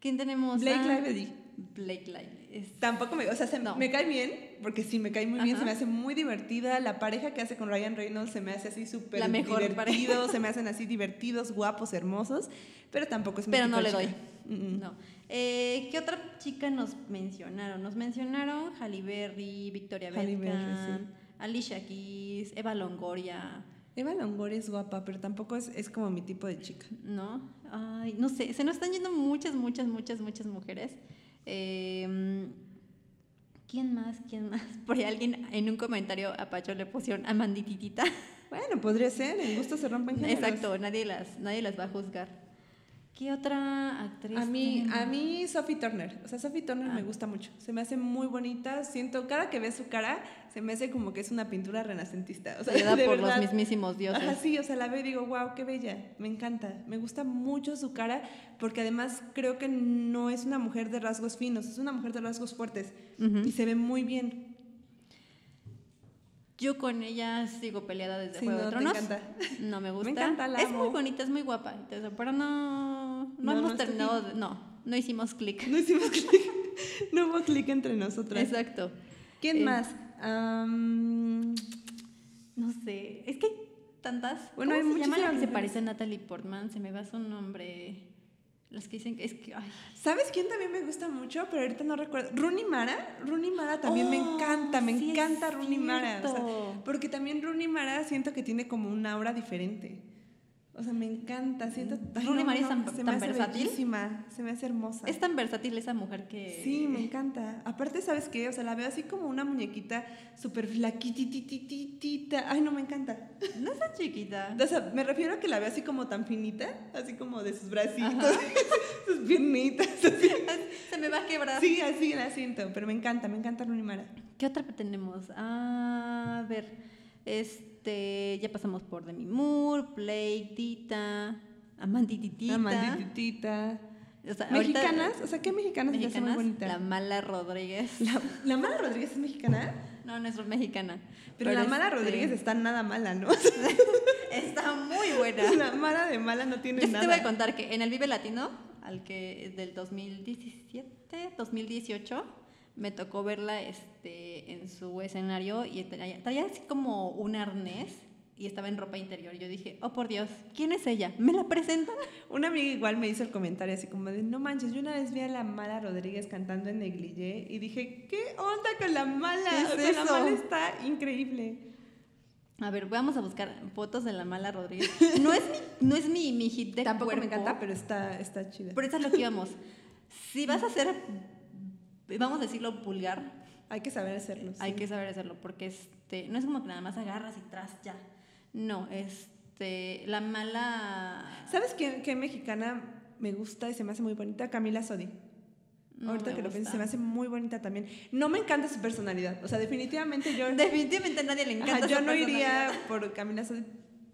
Speaker 1: ¿Quién tenemos?
Speaker 2: Blake
Speaker 1: Ah,
Speaker 2: Lively.
Speaker 1: Blake Lively. es-
Speaker 2: Tampoco me, o sea, se-
Speaker 1: No.
Speaker 2: me cae bien, porque sí, me cae muy bien,
Speaker 1: Ajá.
Speaker 2: se me hace muy divertida. La pareja que hace con Ryan Reynolds se me hace así súper
Speaker 1: La mejor
Speaker 2: divertido,
Speaker 1: pareja.
Speaker 2: se me hacen así divertidos, guapos, hermosos, pero tampoco es mi
Speaker 1: Pero no
Speaker 2: tipo de
Speaker 1: le doy.
Speaker 2: chica. Mm, mm.
Speaker 1: No. Eh, ¿Qué otra chica nos mencionaron? Nos mencionaron Halle Berry, Victoria
Speaker 2: Halle Berry,
Speaker 1: Beckham,
Speaker 2: sí.
Speaker 1: Alicia Keys, Eva Longoria,
Speaker 2: Eva Longoria es guapa, pero tampoco es, es como mi tipo de chica.
Speaker 1: ¿no? Ay, no sé, se nos están yendo muchas, muchas, muchas, muchas mujeres. Eh, ¿Quién más? ¿Quién más? Por ahí alguien en un comentario a Pacho le pusieron Amandititita.
Speaker 2: Bueno, podría ser, en gusto se rompen géneros.
Speaker 1: Exacto, nadie las, nadie las va a juzgar. ¿Qué otra actriz?
Speaker 2: A mí,
Speaker 1: tenemos?
Speaker 2: a mí Sophie Turner. O sea, Sophie Turner
Speaker 1: Ah.
Speaker 2: me gusta mucho. Se me hace muy bonita. Siento, cada que ve su cara, se me hace como que es una pintura renacentista. O sea,
Speaker 1: Se da
Speaker 2: de
Speaker 1: por
Speaker 2: verdad.
Speaker 1: los mismísimos dioses.
Speaker 2: Ajá, sí, o sea, la veo y digo, wow, qué bella, me encanta, me gusta mucho su cara, porque además creo que no es una mujer de rasgos finos, es una mujer de rasgos fuertes
Speaker 1: Ujú.
Speaker 2: y se ve muy bien.
Speaker 1: Yo con ella sigo peleada desde
Speaker 2: Sí,
Speaker 1: Juego
Speaker 2: no,
Speaker 1: de
Speaker 2: te
Speaker 1: Tronos.
Speaker 2: encanta.
Speaker 1: No me gusta.
Speaker 2: encanta, la
Speaker 1: es
Speaker 2: amo.
Speaker 1: muy bonita, es muy guapa. Entonces, pero no, no,
Speaker 2: No, no
Speaker 1: hemos
Speaker 2: es tu
Speaker 1: terminado. de- no, no hicimos clic.
Speaker 2: No hicimos clic, no hubo clic entre nosotras.
Speaker 1: Exacto.
Speaker 2: ¿Quién
Speaker 1: Eh,
Speaker 2: más? Am,
Speaker 1: No sé. Es que hay tantas.
Speaker 2: Bueno,
Speaker 1: Bueno, ¿Cómo
Speaker 2: hay
Speaker 1: se llama la que se
Speaker 2: muchísimas
Speaker 1: parece a Natalie Portman? Se me va su nombre. Las que dicen que es que. ay,
Speaker 2: ¿Sabes quién también me gusta mucho? Pero ahorita no recuerdo. Rooney Mara. Rooney Mara también me
Speaker 1: Oh,
Speaker 2: encanta, me
Speaker 1: sí es
Speaker 2: encanta Rooney Mara. o sea,
Speaker 1: cierto.
Speaker 2: porque también Rooney Mara siento que tiene como una aura diferente. O sea, me encanta. Siento,
Speaker 1: Ay, Rooney Mara es tan-
Speaker 2: se me
Speaker 1: tan
Speaker 2: hace
Speaker 1: versátil.
Speaker 2: bellísima, se me hace hermosa.
Speaker 1: es tan versátil esa mujer que.
Speaker 2: Sí, me encanta. Aparte, ¿sabes qué? O sea, la veo así como una muñequita súper flaquititititita. Ay, no, me encanta.
Speaker 1: No es tan chiquita.
Speaker 2: O sea, me refiero a que la veo así como tan finita, así como de sus bracitos, sus piernitas, así.
Speaker 1: se me va a quebrar.
Speaker 2: Sí, así la siento, pero me encanta, me encanta Rooney Mara.
Speaker 1: ¿Qué otra tenemos? Ah, A ver. Este, ya pasamos por Demi Moore, Blake, Tita, Amandititita.
Speaker 2: Amandititita.
Speaker 1: O sea, ahorita-
Speaker 2: Mexicanas, o sea, ¿qué mexicanas, te hacen muy
Speaker 1: mexicanas,
Speaker 2: bonita?
Speaker 1: La mala Rodríguez.
Speaker 2: La, la Mala Rodríguez es mexicana,
Speaker 1: No, no es mexicana.
Speaker 2: pero, la Mala
Speaker 1: este,
Speaker 2: Rodríguez está nada mala, ¿no?
Speaker 1: está muy buena.
Speaker 2: la Mala de mala no tiene
Speaker 1: Yo sí
Speaker 2: nada.
Speaker 1: te voy a contar que en el Vive Latino, al que del 2017, 2018, me tocó verla este, en su escenario y traía, traía así como un arnés y estaba en ropa interior. Yo dije, oh por Dios, ¿quién es ella? ¿Me la presentan?
Speaker 2: Una amiga igual me hizo el comentario así como de, no manches, yo una vez vi a la Mala Rodríguez cantando en Negligé y dije, ¿qué onda con la Mala?
Speaker 1: ¿Qué es
Speaker 2: o sea, la
Speaker 1: eso?
Speaker 2: Mala está increíble.
Speaker 1: A ver, vamos a buscar fotos de la mala Rodríguez. No es mi, no es mi, mi hit de
Speaker 2: Tampoco me
Speaker 1: cuerpo,
Speaker 2: encanta, pero está, está chida.
Speaker 1: Pero eso es lo que íbamos. Si vas a hacer, vamos a decirlo vulgar,
Speaker 2: Hay que saber hacerlo.
Speaker 1: hay
Speaker 2: sí.
Speaker 1: que saber hacerlo, porque este, no es como que nada más agarras y tras ya. No, este, la mala.
Speaker 2: ¿Sabes qué, qué mexicana me gusta y se me hace muy bonita? Camila Sodi.
Speaker 1: no
Speaker 2: Ahorita
Speaker 1: Mm, me
Speaker 2: que lo pienso,
Speaker 1: gusta.
Speaker 2: se me hace muy bonita también. No me encanta su personalidad. O sea, definitivamente yo,
Speaker 1: Definitivamente a nadie le
Speaker 2: Ajá,
Speaker 1: encanta.
Speaker 2: yo
Speaker 1: esa
Speaker 2: no iría
Speaker 1: personalidad.
Speaker 2: por Camila Sodi.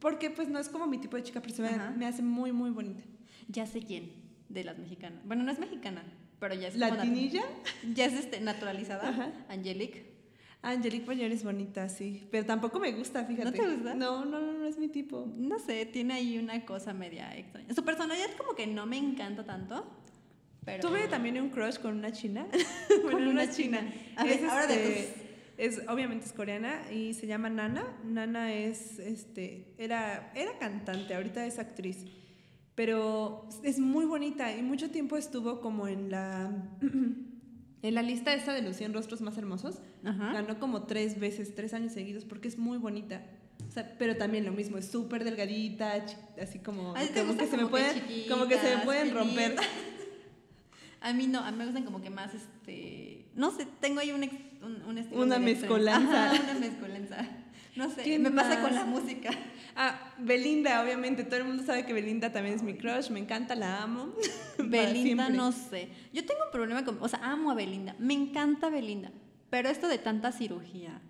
Speaker 2: Porque pues no es como mi tipo de chica, pero se me,
Speaker 1: Ajá.
Speaker 2: me hace muy, muy bonita.
Speaker 1: Ya sé quién de las mexicanas. Bueno, no es mexicana, pero ya es. como nat-
Speaker 2: Latinilla,
Speaker 1: Ya es este, naturalizada.
Speaker 2: Ajá.
Speaker 1: Angelique.
Speaker 2: Angelique Boyer es bonita, sí. Pero tampoco me gusta, fíjate.
Speaker 1: te gusta?
Speaker 2: No, no, no, no es mi tipo.
Speaker 1: No sé, tiene ahí una cosa media extraña. Su personalidad como que no me encanta tanto. Pero.
Speaker 2: Tuve también un crush con una china. bueno,
Speaker 1: Con
Speaker 2: una,
Speaker 1: una
Speaker 2: china. este,
Speaker 1: china. A ver, ahora de
Speaker 2: es, obviamente es coreana y se llama Nana. Nana es, este, era, era cantante, ahorita es actriz. Pero es muy bonita y mucho tiempo estuvo como en la, en la lista esta de los 100 rostros más hermosos.
Speaker 1: Ajá.
Speaker 2: Ganó como tres veces, tres años seguidos, porque es muy bonita. O sea, pero también lo mismo, es súper delgadita, chi- así como,
Speaker 1: A ti te
Speaker 2: como
Speaker 1: gusta
Speaker 2: que se me
Speaker 1: como que
Speaker 2: pueden, como que se me
Speaker 1: chiquitas,
Speaker 2: pueden romper.
Speaker 1: finitas. A mí no, a mí me gustan como que más, este, no sé, tengo ahí un, ex- un, un estilo
Speaker 2: Una
Speaker 1: medio extraño.
Speaker 2: mezcolanza.
Speaker 1: Ajá, una mezcolanza. No sé,
Speaker 2: ¿Quién
Speaker 1: me pasa con
Speaker 2: más?
Speaker 1: la música.
Speaker 2: Ah, Belinda, obviamente, todo el mundo sabe que Belinda también es mi crush, me encanta, la amo. Para
Speaker 1: Belinda,
Speaker 2: siempre.
Speaker 1: no sé. Yo tengo un problema con, o sea, amo a Belinda, me encanta Belinda, pero esto de tanta cirugía.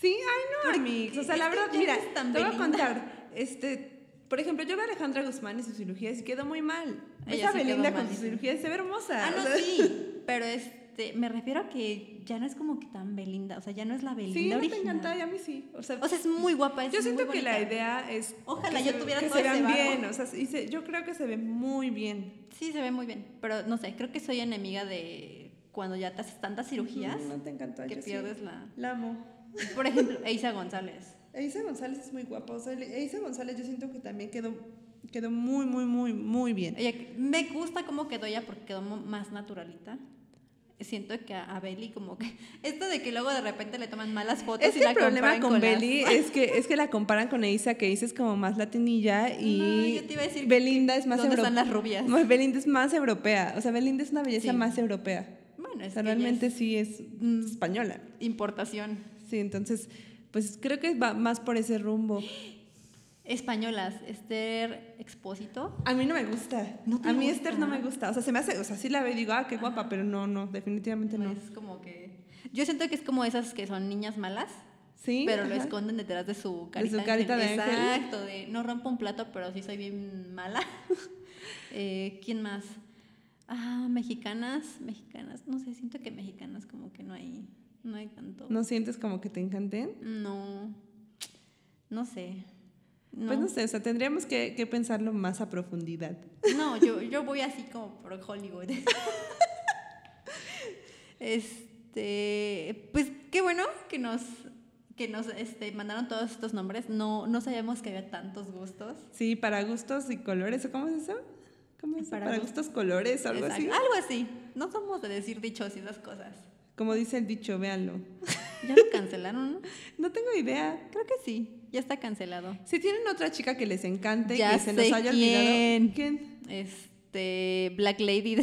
Speaker 2: Sí, ay no, amigos. O sea, la
Speaker 1: Es que
Speaker 2: verdad,
Speaker 1: ya
Speaker 2: mira,
Speaker 1: eres tan
Speaker 2: te voy a
Speaker 1: Belinda.
Speaker 2: contar, este, por ejemplo, yo veo a Alejandra Guzmán y sus cirugías y quedó muy mal. Ves
Speaker 1: Ella
Speaker 2: a
Speaker 1: sí quedó
Speaker 2: Belinda con
Speaker 1: mal,
Speaker 2: sus
Speaker 1: sí.
Speaker 2: cirugías y se ve hermosa.
Speaker 1: Ah,
Speaker 2: o
Speaker 1: no,
Speaker 2: sea,
Speaker 1: sí, pero este, me refiero a que ya no es como que tan Belinda, o sea, ya no es la Belinda
Speaker 2: Sí, no te
Speaker 1: original.
Speaker 2: encanta y a mí sí. O sea,
Speaker 1: O sea, es muy guapa, es
Speaker 2: yo
Speaker 1: muy
Speaker 2: siento que la
Speaker 1: bonita.
Speaker 2: idea es
Speaker 1: Ojalá
Speaker 2: que
Speaker 1: yo
Speaker 2: se,
Speaker 1: tuviera
Speaker 2: que
Speaker 1: todo
Speaker 2: se
Speaker 1: ese
Speaker 2: vean
Speaker 1: varo.
Speaker 2: bien, o sea, y se- yo creo que se ve muy bien.
Speaker 1: Sí, se ve muy bien, pero no sé, creo que soy enemiga de cuando ya te haces tantas cirugías
Speaker 2: No te encanta,
Speaker 1: que
Speaker 2: yo sí.
Speaker 1: pierdes la...
Speaker 2: La amo.
Speaker 1: Por ejemplo, Eisa González.
Speaker 2: Eisa González es muy guapa. O sea, Eisa González yo siento que también quedó, quedó muy, muy, muy, muy bien.
Speaker 1: Ella, me gusta cómo quedó ella porque quedó mo- más naturalita. Siento que a, a Belly como que... Esto de que luego de repente le toman malas fotos
Speaker 2: Es
Speaker 1: y
Speaker 2: que
Speaker 1: la
Speaker 2: el problema
Speaker 1: comparan
Speaker 2: con,
Speaker 1: con las-
Speaker 2: Beli es que, es que la comparan con Eisa, que Eisa es como más latinilla y
Speaker 1: No, yo te iba a decir
Speaker 2: Belinda es más
Speaker 1: ¿Dónde están
Speaker 2: europea.
Speaker 1: las rubias?
Speaker 2: Belinda es más europea. O sea, Belinda es una belleza
Speaker 1: Sí.
Speaker 2: más europea.
Speaker 1: Bueno,
Speaker 2: O
Speaker 1: es
Speaker 2: sea,
Speaker 1: que ella
Speaker 2: realmente sí es
Speaker 1: Mm.
Speaker 2: española.
Speaker 1: es importación.
Speaker 2: Sí, entonces, pues creo que va más por ese rumbo.
Speaker 1: Españolas, Esther Expósito.
Speaker 2: A mí no me gusta.
Speaker 1: ¿No te
Speaker 2: a mí
Speaker 1: gusta?
Speaker 2: Esther no me gusta. O sea, se me hace, o sea, sí la veo y digo, ah, qué guapa, pero no, no, definitivamente
Speaker 1: No
Speaker 2: Este no.
Speaker 1: es pues, como que. Yo siento que es como esas que son niñas malas,
Speaker 2: Sí.
Speaker 1: pero lo
Speaker 2: ajá.
Speaker 1: esconden detrás de su carita
Speaker 2: carita de ángel.
Speaker 1: Exacto, de no rompo un plato, pero sí soy bien mala. Eh, ¿Quién más? Ah, mexicanas, mexicanas. No sé, siento que mexicanas como que no hay, no hay tanto.
Speaker 2: ¿No sientes como que te encanten?
Speaker 1: No, no sé. No.
Speaker 2: Pues no sé, o sea, tendríamos que, que pensarlo más a profundidad.
Speaker 1: No, yo, yo voy así como por Hollywood. este, pues qué bueno que nos, que nos este, mandaron todos estos nombres. No, no sabíamos que había tantos gustos.
Speaker 2: Sí, para gustos y colores, ¿o ¿cómo es eso? ¿Cómo es? Para,
Speaker 1: Para
Speaker 2: gustos, colores, algo
Speaker 1: Exacto, Ah.
Speaker 2: así.
Speaker 1: Algo así. No somos de decir dichos y esas cosas.
Speaker 2: Como dice el dicho, véanlo.
Speaker 1: Ya lo cancelaron.
Speaker 2: No tengo idea.
Speaker 1: Creo que sí. Ya está cancelado.
Speaker 2: Si tienen otra chica que les encante y
Speaker 1: Ya
Speaker 2: que se nos
Speaker 1: sé
Speaker 2: haya olvidado.
Speaker 1: quién.
Speaker 2: ¿Quién?
Speaker 1: Este, Black Lady de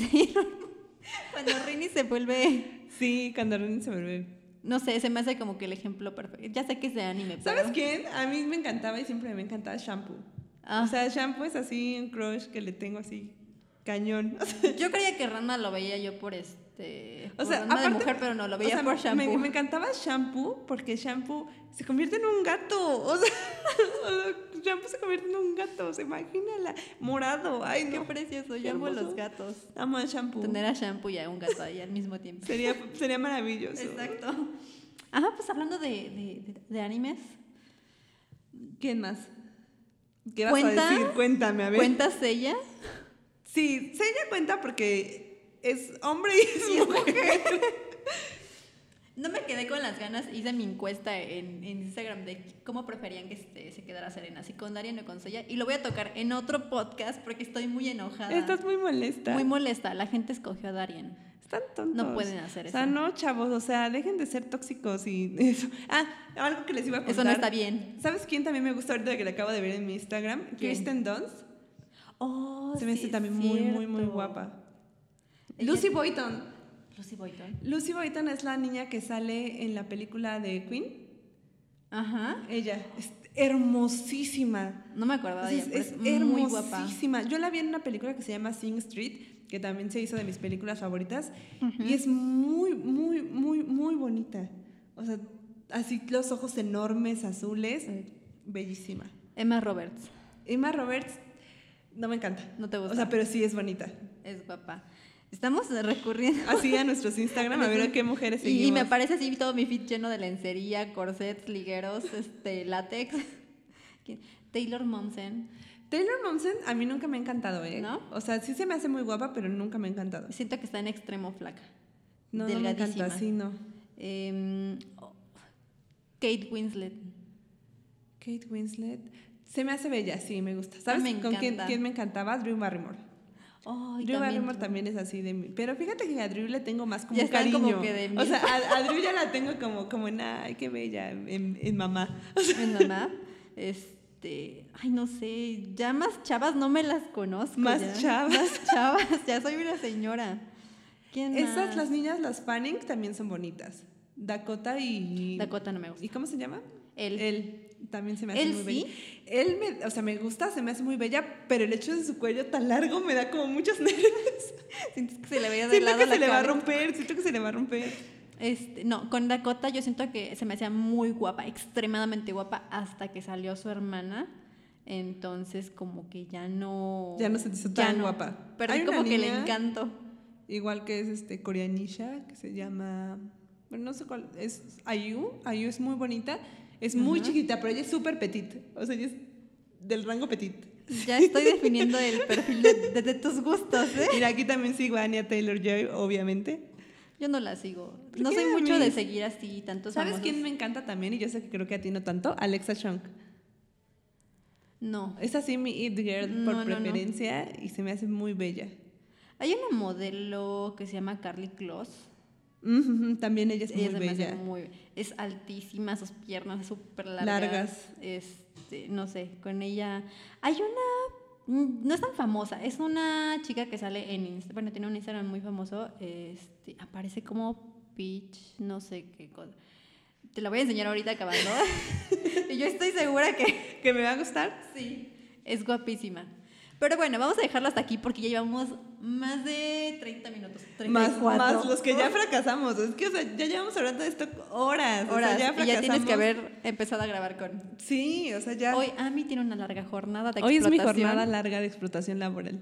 Speaker 1: Cuando Rini se vuelve,
Speaker 2: Sí, cuando Ronin se vuelve.
Speaker 1: no sé, se me hace como que el ejemplo perfecto. Ya sé que es de anime. pero-
Speaker 2: ¿Sabes quién? A mí me encantaba y siempre me encantaba Shampoo.
Speaker 1: Ah.
Speaker 2: O sea, Shampoo es así un crush que le tengo así cañón. O sea,
Speaker 1: Yo creía que Ranma lo veía yo por este.
Speaker 2: O
Speaker 1: Por
Speaker 2: sea,
Speaker 1: Ranma de
Speaker 2: aparte-
Speaker 1: mujer, pero no, lo
Speaker 2: o
Speaker 1: veía
Speaker 2: sea,
Speaker 1: por
Speaker 2: me-
Speaker 1: shampoo.
Speaker 2: Me, encantaba Shampoo porque Shampoo se convierte en un gato. O sea, o sea, Shampoo se convierte en un gato. O sea, imagínala. Morado. Ay,
Speaker 1: Qué
Speaker 2: no.
Speaker 1: precioso,
Speaker 2: Qué
Speaker 1: yo amo a
Speaker 2: hermoso.
Speaker 1: los gatos.
Speaker 2: Amo a Shampoo.
Speaker 1: Tener a shampoo y a un gato ahí al mismo tiempo.
Speaker 2: Sería, sería maravilloso.
Speaker 1: Exacto. Ajá, pues hablando de, de, de- de animes,
Speaker 2: ¿Quién más? ¿Qué vas
Speaker 1: ¿Cuenta?
Speaker 2: a decir? Cuéntame, a ver.
Speaker 1: ¿cuentas ella?
Speaker 2: Sí, Seiya cuenta porque es hombre y es mujer.
Speaker 1: No me quedé con las ganas, hice mi encuesta en, en Instagram de cómo preferían que este- se quedara Serena, si con Darien o con Seiya. Y lo voy a tocar en otro podcast porque estoy muy enojada.
Speaker 2: Estás muy molesta.
Speaker 1: muy molesta. La gente escogió a Darien.
Speaker 2: Están tontos.
Speaker 1: No pueden hacer
Speaker 2: O sea,
Speaker 1: eso.
Speaker 2: no, chavos, o sea, dejen de ser tóxicos y eso. Ah, algo que les iba a contar.
Speaker 1: Eso no está bien.
Speaker 2: ¿Sabes quién también me gusta ahorita que le acabo de ver en mi Instagram?
Speaker 1: ¿Quién?
Speaker 2: Kristen Dunst.
Speaker 1: Oh,
Speaker 2: Se me
Speaker 1: sí,
Speaker 2: hace
Speaker 1: es
Speaker 2: también muy, muy, muy
Speaker 1: cierto.
Speaker 2: guapa.
Speaker 1: Ella-
Speaker 2: Lucy Boyton.
Speaker 1: Lucy Boyton.
Speaker 2: Lucy Boyton es la niña que sale en la película de Queen.
Speaker 1: Ajá.
Speaker 2: Ella es hermosísima.
Speaker 1: No me acordaba de
Speaker 2: Es,
Speaker 1: ella. pero
Speaker 2: es
Speaker 1: pues, muy guapa.
Speaker 2: hermosísima. Yo la vi en una película que se llama Sing Street, que también se hizo de mis películas favoritas. Y es muy, muy, muy, muy bonita. O sea, así los ojos enormes, azules. Bellísima.
Speaker 1: Emma Roberts.
Speaker 2: Emma Roberts, no me encanta.
Speaker 1: No te gusta.
Speaker 2: O sea, pero sí es bonita.
Speaker 1: Es guapa. Estamos recurriendo.
Speaker 2: Así a nuestros Instagram, a ver a qué mujeres Ah, seguimos.
Speaker 1: Y, y me aparece así todo mi feed lleno de lencería, corsets, ligueros, este, látex. ¿Quién? Taylor Momsen.
Speaker 2: Taylor Momsen a mí nunca me ha encantado, ¿eh?
Speaker 1: ¿No?
Speaker 2: O sea, sí se me hace muy guapa, pero nunca me ha encantado.
Speaker 1: Siento que está en extremo flaca.
Speaker 2: No, no me encanta,
Speaker 1: Delgadísima.
Speaker 2: así no.
Speaker 1: Em, oh, Kate Winslet.
Speaker 2: Kate Winslet. Se me hace bella, sí, me gusta. ¿Sabes
Speaker 1: me
Speaker 2: con quién,
Speaker 1: encanta.
Speaker 2: quién me encantaba? Drew Barrymore.
Speaker 1: Ay,
Speaker 2: Drew
Speaker 1: también-
Speaker 2: Barrymore también es así de mí. Pero fíjate que a Drew le tengo más como
Speaker 1: Ya
Speaker 2: un
Speaker 1: están
Speaker 2: cariño.
Speaker 1: como que de mí.
Speaker 2: O sea, a, a Drew ya la tengo como, como en, ay, qué bella, en, en mamá. O sea,
Speaker 1: mi mamá, este, ay, no sé, ya más chavas no me las conozco.
Speaker 2: Más
Speaker 1: ya.
Speaker 2: chavas.
Speaker 1: Más chavas, ya soy una señora. ¿Quién
Speaker 2: Esas,
Speaker 1: más?
Speaker 2: las niñas, las Fanning, también son bonitas. Dakota y...
Speaker 1: Dakota no me gusta.
Speaker 2: ¿Y cómo se llama?
Speaker 1: Él.
Speaker 2: Él. También se me hace
Speaker 1: Él
Speaker 2: muy
Speaker 1: sí.
Speaker 2: bella. Él, me, o sea, me gusta, se me hace muy bella, pero el hecho de su cuello tan largo me da como muchos nervios.
Speaker 1: Sientes que se le veía de
Speaker 2: Siento
Speaker 1: lado
Speaker 2: que
Speaker 1: la
Speaker 2: se le va a
Speaker 1: cabeza.
Speaker 2: romper, siento que se le va a romper.
Speaker 1: Este, no, con Dakota yo siento que se me hacía muy guapa, extremadamente guapa, hasta que salió su hermana. Entonces, como que ya no.
Speaker 2: Ya no se te hizo
Speaker 1: ya
Speaker 2: tan guapa. Hay
Speaker 1: Perdí
Speaker 2: una
Speaker 1: como que el
Speaker 2: niña-
Speaker 1: encanto.
Speaker 2: Igual que es este coreanisha, que se llama. Bueno, no sé cuál. Es Ayu. Ayu es muy bonita. Es muy
Speaker 1: Ajá.
Speaker 2: chiquita, pero ella es súper petit. O sea, ella es del rango petit.
Speaker 1: Ya estoy definiendo el perfil de, de- de tus gustos, ¿eh?
Speaker 2: Mira, aquí también sigo a Anya Taylor Joy, obviamente.
Speaker 1: Yo no la sigo.
Speaker 2: ¿Por
Speaker 1: No
Speaker 2: qué,
Speaker 1: soy mucho de
Speaker 2: Miss?
Speaker 1: seguir así tantos
Speaker 2: ¿Sabes
Speaker 1: famosos.
Speaker 2: quién me encanta también? Y yo sé que creo que a ti no tanto. Alexa Chung.
Speaker 1: No.
Speaker 2: Es así mi it girl
Speaker 1: No,
Speaker 2: por
Speaker 1: no, no.
Speaker 2: preferencia y se me hace muy bella.
Speaker 1: Hay una modelo que se llama Carly Kloss.
Speaker 2: Ujú, También ella es
Speaker 1: Ella
Speaker 2: muy
Speaker 1: se me hace
Speaker 2: bella.
Speaker 1: muy- es altísima, sus piernas es súper largas.
Speaker 2: Largas.
Speaker 1: Este, no sé, con ella. Hay una. mm, No es tan famosa, es una chica que sale en Instagram. Bueno, tiene un Instagram muy famoso. Este, aparece como Peach, no sé qué cosa. Te la voy a enseñar ahorita acabando. y yo estoy segura que
Speaker 2: ¿Que me va a gustar?
Speaker 1: sí, es guapísima. Pero bueno, vamos a dejarlo hasta aquí porque ya llevamos más de 30 minutos. 34.
Speaker 2: Más, más los que ya fracasamos. Es que, o sea, ya llevamos hablando de esto horas. o sea,
Speaker 1: horas.
Speaker 2: ya
Speaker 1: y ya tienes
Speaker 2: fracasamos.
Speaker 1: que haber empezado a grabar con.
Speaker 2: Sí, o sea, ya.
Speaker 1: Hoy Ami tiene una larga jornada de
Speaker 2: Hoy es mi
Speaker 1: explotación.
Speaker 2: jornada larga de explotación laboral.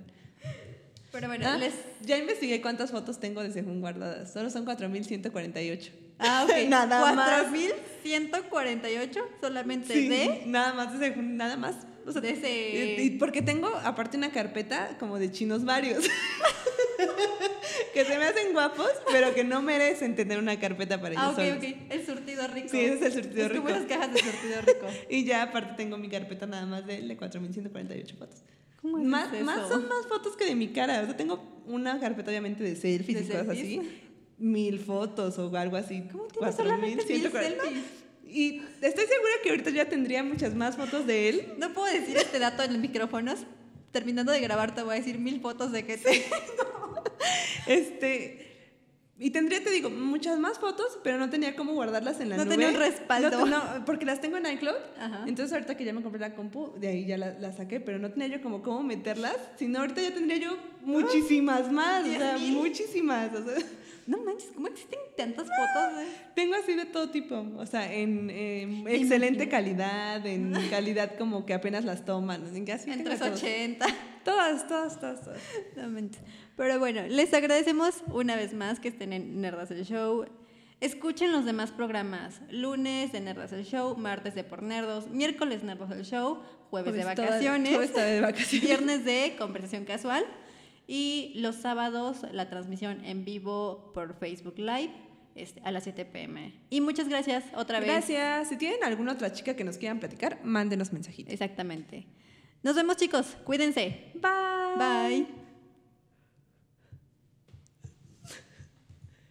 Speaker 1: Pero bueno,
Speaker 2: Ah,
Speaker 1: les...
Speaker 2: Ya investigué cuántas fotos tengo de Sejún guardadas. Solo son 4.148.
Speaker 1: Ah, ok.
Speaker 2: Nada más.
Speaker 1: 4148 solamente
Speaker 2: Sí,
Speaker 1: de
Speaker 2: Nada más de Sejún, nada más. O sea,
Speaker 1: De ese-
Speaker 2: y- y porque tengo aparte una carpeta como de chinos varios. que se me hacen guapos, pero que no merecen tener una carpeta para
Speaker 1: Ah,
Speaker 2: ellos
Speaker 1: ok,
Speaker 2: solos.
Speaker 1: ok. El surtido rico.
Speaker 2: Sí, ese es el surtido
Speaker 1: Es como
Speaker 2: rico.
Speaker 1: esas cajas de surtido rico.
Speaker 2: Y ya aparte tengo mi carpeta nada más de, de 4.148 fotos.
Speaker 1: ¿Cómo haces
Speaker 2: más,
Speaker 1: eso?
Speaker 2: más son más fotos que de mi cara. O sea, tengo una carpeta obviamente de selfies
Speaker 1: ¿De
Speaker 2: y cosas
Speaker 1: selfies?
Speaker 2: así. Mil fotos o algo así.
Speaker 1: ¿Cómo tienes solamente mil
Speaker 2: 4.140.
Speaker 1: selfies?
Speaker 2: Y estoy segura que ahorita ya tendría muchas más fotos de él.
Speaker 1: No puedo decir este dato en los micrófonos. Terminando de grabar te voy a decir mil fotos de que te...
Speaker 2: Este. Y tendría, te digo, muchas más fotos, pero no tenía cómo guardarlas en la
Speaker 1: No
Speaker 2: nube.
Speaker 1: tenía un respaldo.
Speaker 2: No, no, porque las tengo en iCloud.
Speaker 1: Ajá.
Speaker 2: Entonces ahorita que ya me compré la compu, de ahí ya la, la saqué, pero no tenía yo como cómo meterlas, sino ahorita ya tendría yo muchísimas más, o sea,
Speaker 1: 10,000.
Speaker 2: muchísimas. o sea,
Speaker 1: No manches, ¿cómo existen tantas fotos? de-
Speaker 2: tengo así de todo tipo, o sea, en eh,
Speaker 1: imagino.
Speaker 2: excelente calidad, en calidad como que apenas las toman, en que así
Speaker 1: En
Speaker 2: tengo de todo.
Speaker 1: 380.
Speaker 2: Todas, todas, todas, todas.
Speaker 1: No manches. Pero bueno, les agradecemos una vez más que estén en Nerdas el Show. Escuchen los demás programas. Lunes de Nerdas el Show, martes de Por Nerdos, miércoles Nerdas el Show, jueves de
Speaker 2: Pues todas-
Speaker 1: vacaciones.
Speaker 2: todo está de vacaciones.
Speaker 1: Viernes de conversación casual y los sábados la transmisión en vivo por Facebook Live este, a las 7 pm. Y muchas gracias otra vez.
Speaker 2: Gracias. Si tienen alguna otra chica que nos quieran platicar, mándenos mensajitos.
Speaker 1: Exactamente. Nos vemos chicos, cuídense.
Speaker 2: Bye.
Speaker 1: Bye.